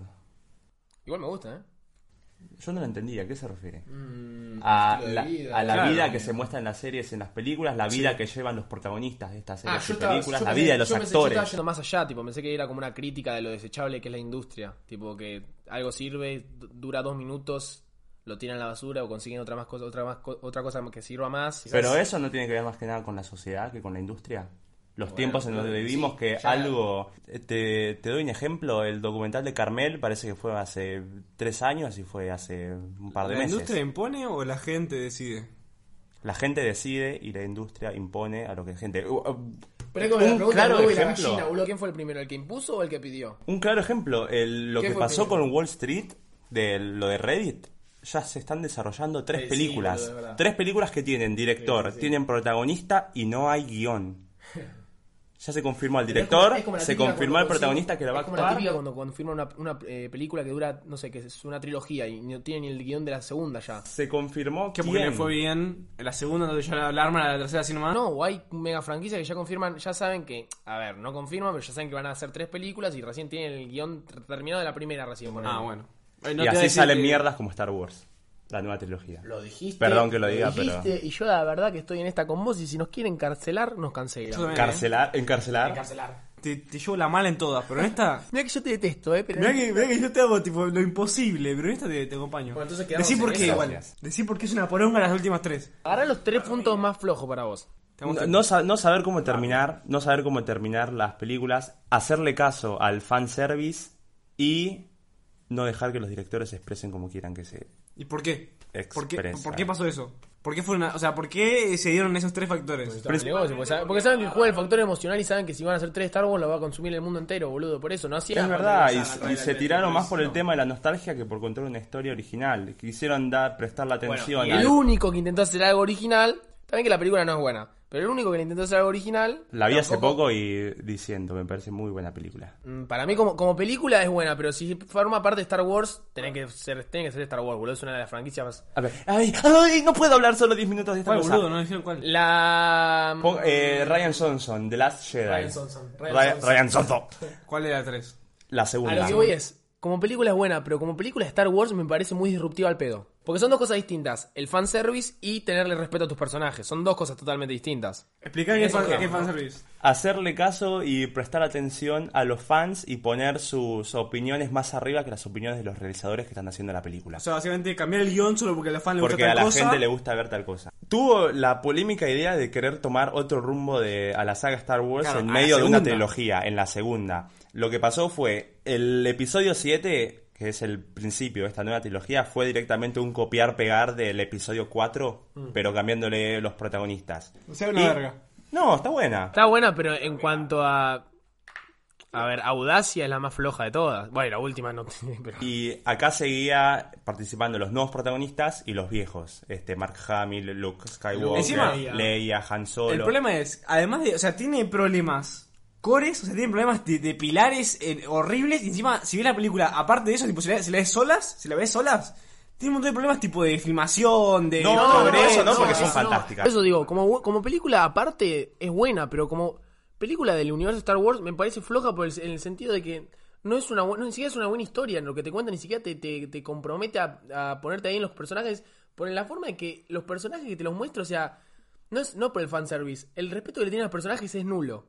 S3: Igual me gusta, ¿eh?
S2: Yo no la entendía, ¿a qué se refiere? a
S3: Mm, estilo de
S2: la,
S3: vida,
S2: a la
S4: claro.
S2: vida que se muestra en las series, en las películas, la vida que llevan los protagonistas de estas series y películas, la
S3: pensé-
S2: vida de los
S3: Ah, yo pensé- yo
S2: actores.
S3: estaba yendo más allá, tipo, pensé que era como una crítica de lo desechable que es la industria. Tipo, que algo sirve, d- dura dos minutos, lo tiran a la basura o consiguen otra más cosa, otra más co- otra cosa que sirva más.
S2: Pero eso no tiene que ver más que nada con la sociedad que con la industria. Los tiempos en los que vivimos
S3: sí,
S2: que
S3: ya.
S2: algo... eh, Te, te doy un ejemplo, el documental de Carmel parece que fue hace tres años y fue hace un par de
S4: ¿La
S2: meses.
S4: industria impone o la gente decide?
S2: La gente decide y la industria impone a lo que la gente... Uh, uh,
S3: Pero es como la
S2: un
S3: pregunta
S2: claro
S3: del huevo y la
S2: ejemplo.
S3: gallina, boludo. ¿Quién fue el primero, el que impuso o el que pidió?
S2: Un claro ejemplo, el- lo
S3: ¿Qué
S2: que
S3: fue
S2: pasó
S3: primero?
S2: con Wall Street, de lo de Reddit, ya se están desarrollando tres
S3: Eh, sí,
S2: películas.
S3: boludo, es verdad.
S2: tres películas que tienen director, tienen protagonista y no hay guión. Ya se confirmó al director, se confirmó al
S3: el
S2: protagonista que la va a
S3: Es como la
S2: actuar.
S3: típica cuando confirma una, una, eh, película que dura, no sé, que es una trilogía y no tiene ni el guión de la segunda ya.
S2: Se confirmó
S4: Que porque
S2: quién.
S4: le fue bien. La segunda, entonces ya la alarma, la tercera, así nomás.
S3: Ah, No, o hay mega franquicias que ya confirman, ya saben que, a ver, no confirman, pero ya saben que van a hacer tres películas y recién tienen el guión tr- terminado de la primera recién. ponele.
S4: Ah, bueno. Ay,
S2: Y
S4: no te voy a
S2: así
S4: decir
S2: salen
S4: que-
S2: mierdas como Star Wars, la nueva trilogía.
S3: Lo dijiste.
S2: Perdón que lo diga,
S3: dijiste, Y yo la verdad que estoy en esta con vos y si nos quieren carcelar, nos
S4: Yo
S3: cancelan.
S4: también, ¿eh?
S2: Carcelar, encarcelar.
S3: Carcelar.
S4: te, te llevo la mala en todas, pero en esta.
S3: Mira que yo te detesto, ¿eh? Pero
S4: Mirá que, mirá que yo te hago tipo lo imposible, pero en esta te, te acompaño.
S5: Bueno, entonces quedamos
S4: Decí por
S5: en
S4: qué
S5: esa.
S4: igual. Decí por qué es una poronga las últimas tres.
S3: Ahora los tres puntos más flojos para vos.
S4: Te vamos
S2: No-
S4: a-
S2: No, sa- no saber cómo terminar, no saber cómo terminar las películas, hacerle caso al fanservice y no dejar que los directores se expresen como quieran que se.
S4: ¿Y por qué? ¿Por qué,
S2: Expresa.
S4: ¿Por qué pasó eso? ¿Por qué fue una, o sea, ¿por qué se dieron esos tres
S2: Pues,
S4: factores?
S3: Para el negocio, porque, saben, porque saben que juega el factor emocional y saben que si van a hacer tres Star Wars lo va a consumir el mundo entero, boludo. Por eso no hacía.
S2: Es verdad,
S5: cuando
S2: y,
S5: empezaron a
S2: y
S5: traer
S2: se
S5: el-
S2: tiraron más por el
S5: no.
S2: tema de la nostalgia que por contar una historia original. Quisieron dar, prestar la
S5: Bueno,
S2: atención
S5: y
S2: a
S3: El único que intentó hacer algo original, también que la película no es buena, pero el único que intentó hacer algo original.
S2: La vi hace
S3: tampoco-
S2: poco y diciendo, me parece muy buena película.
S3: Mm, Para mí como, como película es buena, pero si forma parte de Star Wars, tiene que ser, tiene que ser Star Wars, boludo. Es una de las franquicias más...
S2: A ver, ay, ay, no puedo hablar solo 10 minutos de esta
S4: ¿Cuál,
S2: cosa.
S4: boludo? ¿No dijeron cuál?
S3: La... mm,
S2: Po- eh, Ryan Johnson, The Last Jedi.
S5: Ryan Johnson, Ryan
S2: Ra-
S5: Johnson.
S2: Ryan Johnson.
S4: ¿Cuál era la tres?
S2: La
S3: A
S2: segunda.
S3: lo que voy es, como película es buena, pero como película Star Wars me parece muy disruptiva al pedo. Porque son dos cosas distintas, el fanservice y tenerle respeto a tus personajes. Son dos cosas totalmente distintas.
S4: Explicá qué, fan,
S5: quedamos,
S4: qué
S5: ¿no?
S4: fanservice.
S2: hacerle caso y prestar atención a los fans y poner sus opiniones más arriba que las opiniones de los realizadores que están haciendo la película.
S4: O sea, básicamente cambiar el guión solo porque a la fan le
S2: Porque
S4: gusta
S2: a
S4: tal
S2: la
S4: cosa.
S2: gente le gusta ver tal cosa. Tuvo la polémica idea de querer tomar otro rumbo de, a la saga Star Wars
S4: Claro,
S2: en
S4: a la
S2: medio de una
S4: segunda.
S2: trilogía, en la segunda. Lo que pasó fue, el episodio 7, que es el principio de esta nueva trilogía, fue directamente un copiar-pegar del episodio 4, pero cambiándole los protagonistas.
S4: O sea, Mm. una
S2: Y-
S4: verga.
S2: No, está buena.
S3: Está buena, pero en cuanto a... A ver, Audacia es la más floja de todas. Bueno, la última no tiene, pero...
S2: Y acá seguía participando los nuevos protagonistas y los viejos. Este, Mark Hamill, Luke Skywalker,
S4: Encima-
S2: Leia, Han Solo.
S4: El problema es, además de, o sea, tiene problemas cores, o sea, tiene problemas de, de pilares eh, horribles, y encima, si ves la película, aparte de eso, tipo, si la, si la ves solas, si la ves solas, tiene un montón de problemas tipo de filmación, de...
S2: No,
S4: de-
S2: no, no, eso no,
S4: de-
S2: porque son
S4: eso no.
S2: fantásticas.
S3: Por Eso digo, como, bu- como película aparte es buena, pero como película del universo Star Wars me parece floja por el, en el sentido de que no es una bu- no, ni siquiera es una buena historia, lo que te cuenta ni siquiera te, te- te compromete a, a ponerte ahí en los personajes, por la forma de que los personajes que te los muestro, o sea, no es no por el fanservice, el respeto que le tienen a los personajes es nulo.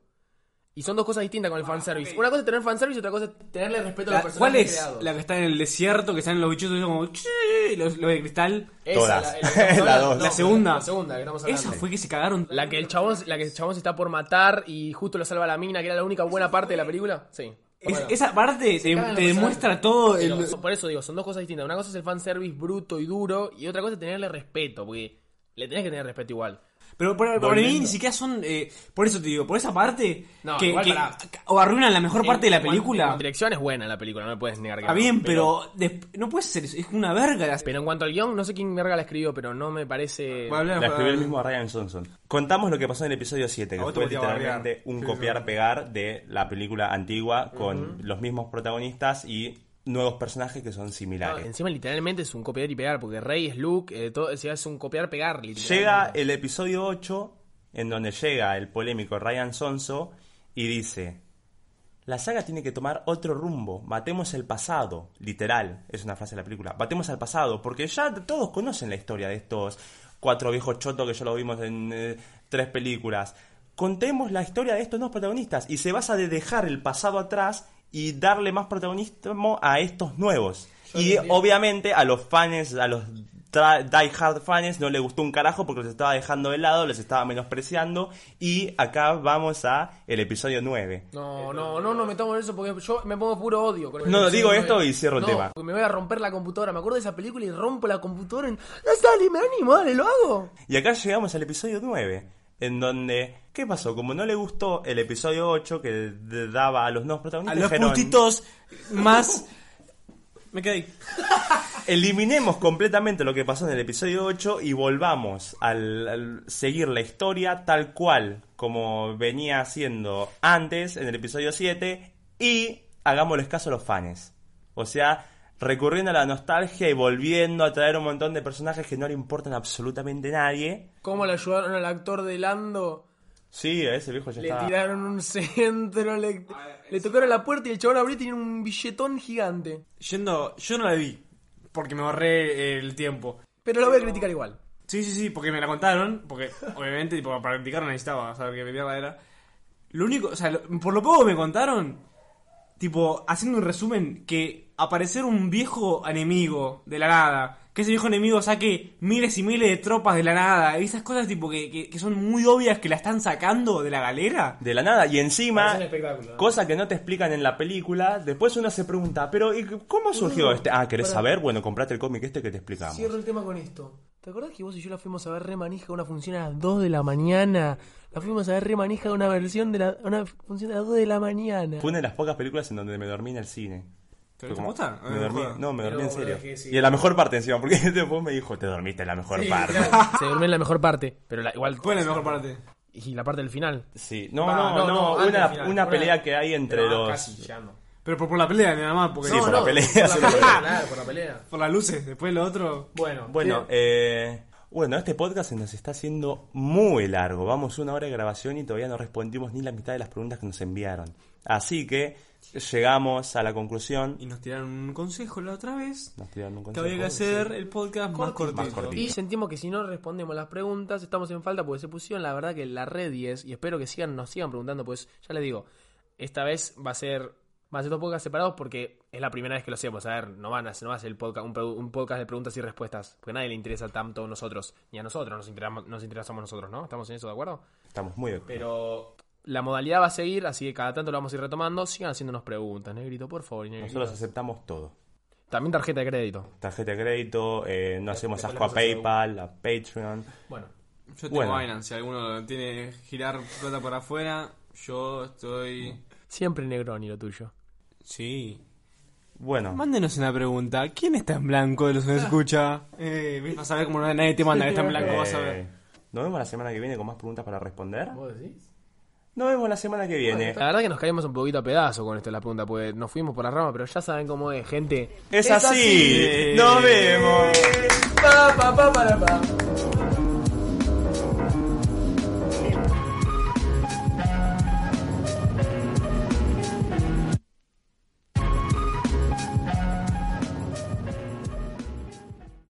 S3: Y son dos cosas distintas con el fanservice. Una cosa es tener fanservice y otra cosa es tenerle respeto a
S4: Ah, La-
S3: los personajes.
S4: ¿Cuál es
S3: creados.
S4: la que está en el desierto, que están los bichitos y son como... "Chi", Los, los de cristal.
S3: Esa,
S2: Todas.
S3: que estamos
S2: La
S3: hablando.
S2: dos.
S4: La segunda.
S3: La segunda que estamos hablando.
S4: Esa fue que se cagaron.
S3: La que el chabón, la que el chabón se está por matar y justo lo salva la mina, que era la única buena parte de la película. Sí.
S4: Es- esa parte te,
S3: cagan
S4: te
S3: los
S4: demuestra todo el...
S3: Pero por eso digo, son dos cosas distintas. Una cosa es el fanservice bruto y duro, y otra cosa es tenerle respeto, porque le tenés que tener respeto igual.
S4: Pero por, por mí
S3: Volviendo.
S4: ni siquiera son... eh, por eso te digo, por esa parte...
S3: No,
S4: que,
S3: igual
S4: que-
S3: pará.
S4: o arruinan la mejor parte de la
S3: En cuan- En
S4: película.
S3: cuanto a dirección es buena la película, no me puedes negar que
S4: Está
S3: no,
S4: bien, pero, desp- no puede ser eso. Es una verga. La...
S3: Pero en cuanto al guión, no sé quién verga la escribió, pero no me parece...
S4: Bueno,
S2: La escribió el mismo Ryan Johnson. Contamos lo que pasó en el episodio 7,
S4: A
S2: que
S4: vos te
S2: fue
S4: volví a bardear.
S2: literalmente un
S4: Sí, sí.
S2: copiar-pegar de la película antigua con los mismos protagonistas y nuevos personajes que son
S3: No,
S2: similares.
S3: encima literalmente es un copiar y pegar, porque Rey es Luke, eh, todo, o sea, es un copiar-pegar, literalmente.
S2: Llega el episodio 8, en donde llega el polémico Ryan Sonso y dice: La saga tiene que tomar otro rumbo. Matemos el pasado. Literal, es una frase de la película. Matemos al pasado, porque ya todos conocen la historia de estos cuatro viejos chotos que ya lo vimos en eh, tres películas. Contemos la historia de estos nuevos protagonistas y se basa de dejar el pasado atrás y darle más protagonismo a estos nuevos. y obviamente a los fans, a los tra- Die Hard fans no le gustó un carajo porque los estaba dejando de lado, les estaba menospreciando y acá vamos a el episodio 9.
S3: No, no, no, no me tomo eso porque yo me pongo puro odio. Con el
S2: No, no,
S3: episodio
S2: digo esto
S3: nueve.
S2: y cierro el
S3: No,
S2: tema.
S3: porque Me voy a romper la computadora. Me acuerdo de esa película y rompo la computadora. En... No sale, me animo, dale, lo hago.
S2: Y acá llegamos al episodio 9, en donde, ¿qué pasó? Como no le gustó el episodio 8 que d- daba a los nuevos
S4: A
S2: protagonistas,
S4: los
S2: dijeron,
S4: puntitos más... Me quedé ahí.
S2: eliminemos completamente lo que pasó en el episodio 8 y volvamos al, al seguir la historia tal cual como venía haciendo antes en el episodio 7 y hagámosles caso a los fans. O sea, recurriendo a la nostalgia y volviendo a traer un montón de personajes que no le importan absolutamente a nadie.
S3: ¿Cómo le ayudaron al actor de Lando?
S2: Sí, a ese viejo ya
S3: Le
S2: estaba-
S3: tiraron un centro, le, le tocaron la puerta y el chabón abrió y tenía un billetón gigante.
S4: Yendo, yo no la vi. Porque me ahorré eh, el tiempo.
S3: Pero lo voy a criticar igual.
S4: Sí, sí, sí, porque me la contaron. Porque obviamente tipo, para practicar necesitaba saber qué mierda era. Lo único, o sea, lo- por lo poco que me contaron, tipo, haciendo un resumen, que aparecer un viejo enemigo de la nada, que ese viejo enemigo saque miles y miles de tropas de la nada, y esas cosas tipo que, que- que son muy obvias que la están sacando de la galera.
S2: De la nada. Y encima,
S5: Parece un espectáculo, ¿eh?
S2: cosa que no te explican en la película, después uno se pregunta, pero ¿y ¿cómo surgió este? Ah, ¿querés
S3: pará.
S2: saber? Bueno, comprate el cómic este que te explicamos.
S3: Cierro el tema con esto. ¿Te acordás que vos y yo la fuimos a ver remanija una función a las 2 de la mañana? La fuimos a ver remanija una versión de la una función a las 2 de la mañana.
S2: Fue una de las pocas películas en donde me dormí en el cine.
S4: ¿Te
S2: Fue como-
S4: gusta?
S2: Me dormí, no, me dormí en
S5: Pero,
S2: serio.
S5: es que sí.
S2: Y en la mejor parte encima, porque después me dijo, te dormiste en la mejor
S5: Sí,
S2: parte.
S5: claro.
S3: Se durmió en la mejor parte, pero la- igual
S4: ¿Cuál es la mejor parte?
S3: y la parte del final.
S2: Sí, no,
S5: Va,
S2: no,
S5: no,
S2: no,
S5: no, antes
S2: una,
S5: al final,
S2: una
S5: una-
S2: pelea que hay entre
S5: Pero, ah,
S2: los...
S5: Casi llegando.
S4: Pero por, por la pelea, nada más, porque
S2: Sí, por la pelea,
S5: Por la
S2: solo por la
S5: pelea, claro, por la pelea.
S4: por las luces, después lo otro.
S5: Bueno,
S2: Bueno,
S5: sí.
S2: eh, bueno, este podcast se nos está haciendo muy largo. Vamos una hora de grabación y todavía no respondimos ni la mitad de las preguntas que nos enviaron. Así que llegamos a la conclusión.
S4: Y nos tiraron un consejo la otra vez,
S2: Nos tiraron un
S4: que
S2: consejo.
S4: había que hacer el podcast más cortito.
S2: Más cortito.
S3: Y sentimos que si no respondemos las preguntas, estamos en falta porque se pusieron, la verdad, que la red 10, y espero que sigan, nos sigan preguntando, pues ya les digo, esta vez va a ser, va a ser dos podcasts separados porque es la primera vez que lo hacemos. A ver, no, van a, no va a ser el podcast, un, pro- un podcast de preguntas y respuestas, porque a nadie le interesa tanto a nosotros, ni a nosotros nos interesamos, nos interesamos nosotros, ¿no? ¿Estamos en eso de acuerdo?
S2: Estamos muy...
S3: Pero la modalidad va a seguir, así que cada tanto lo vamos a ir retomando. Sigan haciéndonos preguntas, negrito, por favor. y negrito.
S5: eh,
S2: Nosotros aceptamos todo.
S3: También tarjeta de crédito.
S2: Tarjeta de crédito, eh, no hacemos
S5: después
S2: asco a
S5: las cosas se
S2: PayPal, a Patreon.
S3: Bueno,
S4: Yo tengo
S2: Bueno.
S4: Binance, si alguno tiene girar plata por afuera, yo
S2: Mm,
S4: estoy...
S3: siempre Negroni lo tuyo.
S4: Sí.
S2: Bueno,
S4: Mándenos una pregunta, ¿quién está en blanco de los que nos escucha? Eh, ¿ves? vas a ver como nadie te manda que está en blanco, vas a ver.
S2: eh, nos vemos la semana que viene con más preguntas para responder.
S5: ¿vos decís?
S2: Nos vemos la semana que viene.
S3: La verdad que nos caímos un poquito a pedazo con esto de la pregunta, porque nos fuimos por la rama, pero ya saben cómo es, gente.
S2: Es así. Nos vemos.
S3: Pa, pa, pa, para, pa.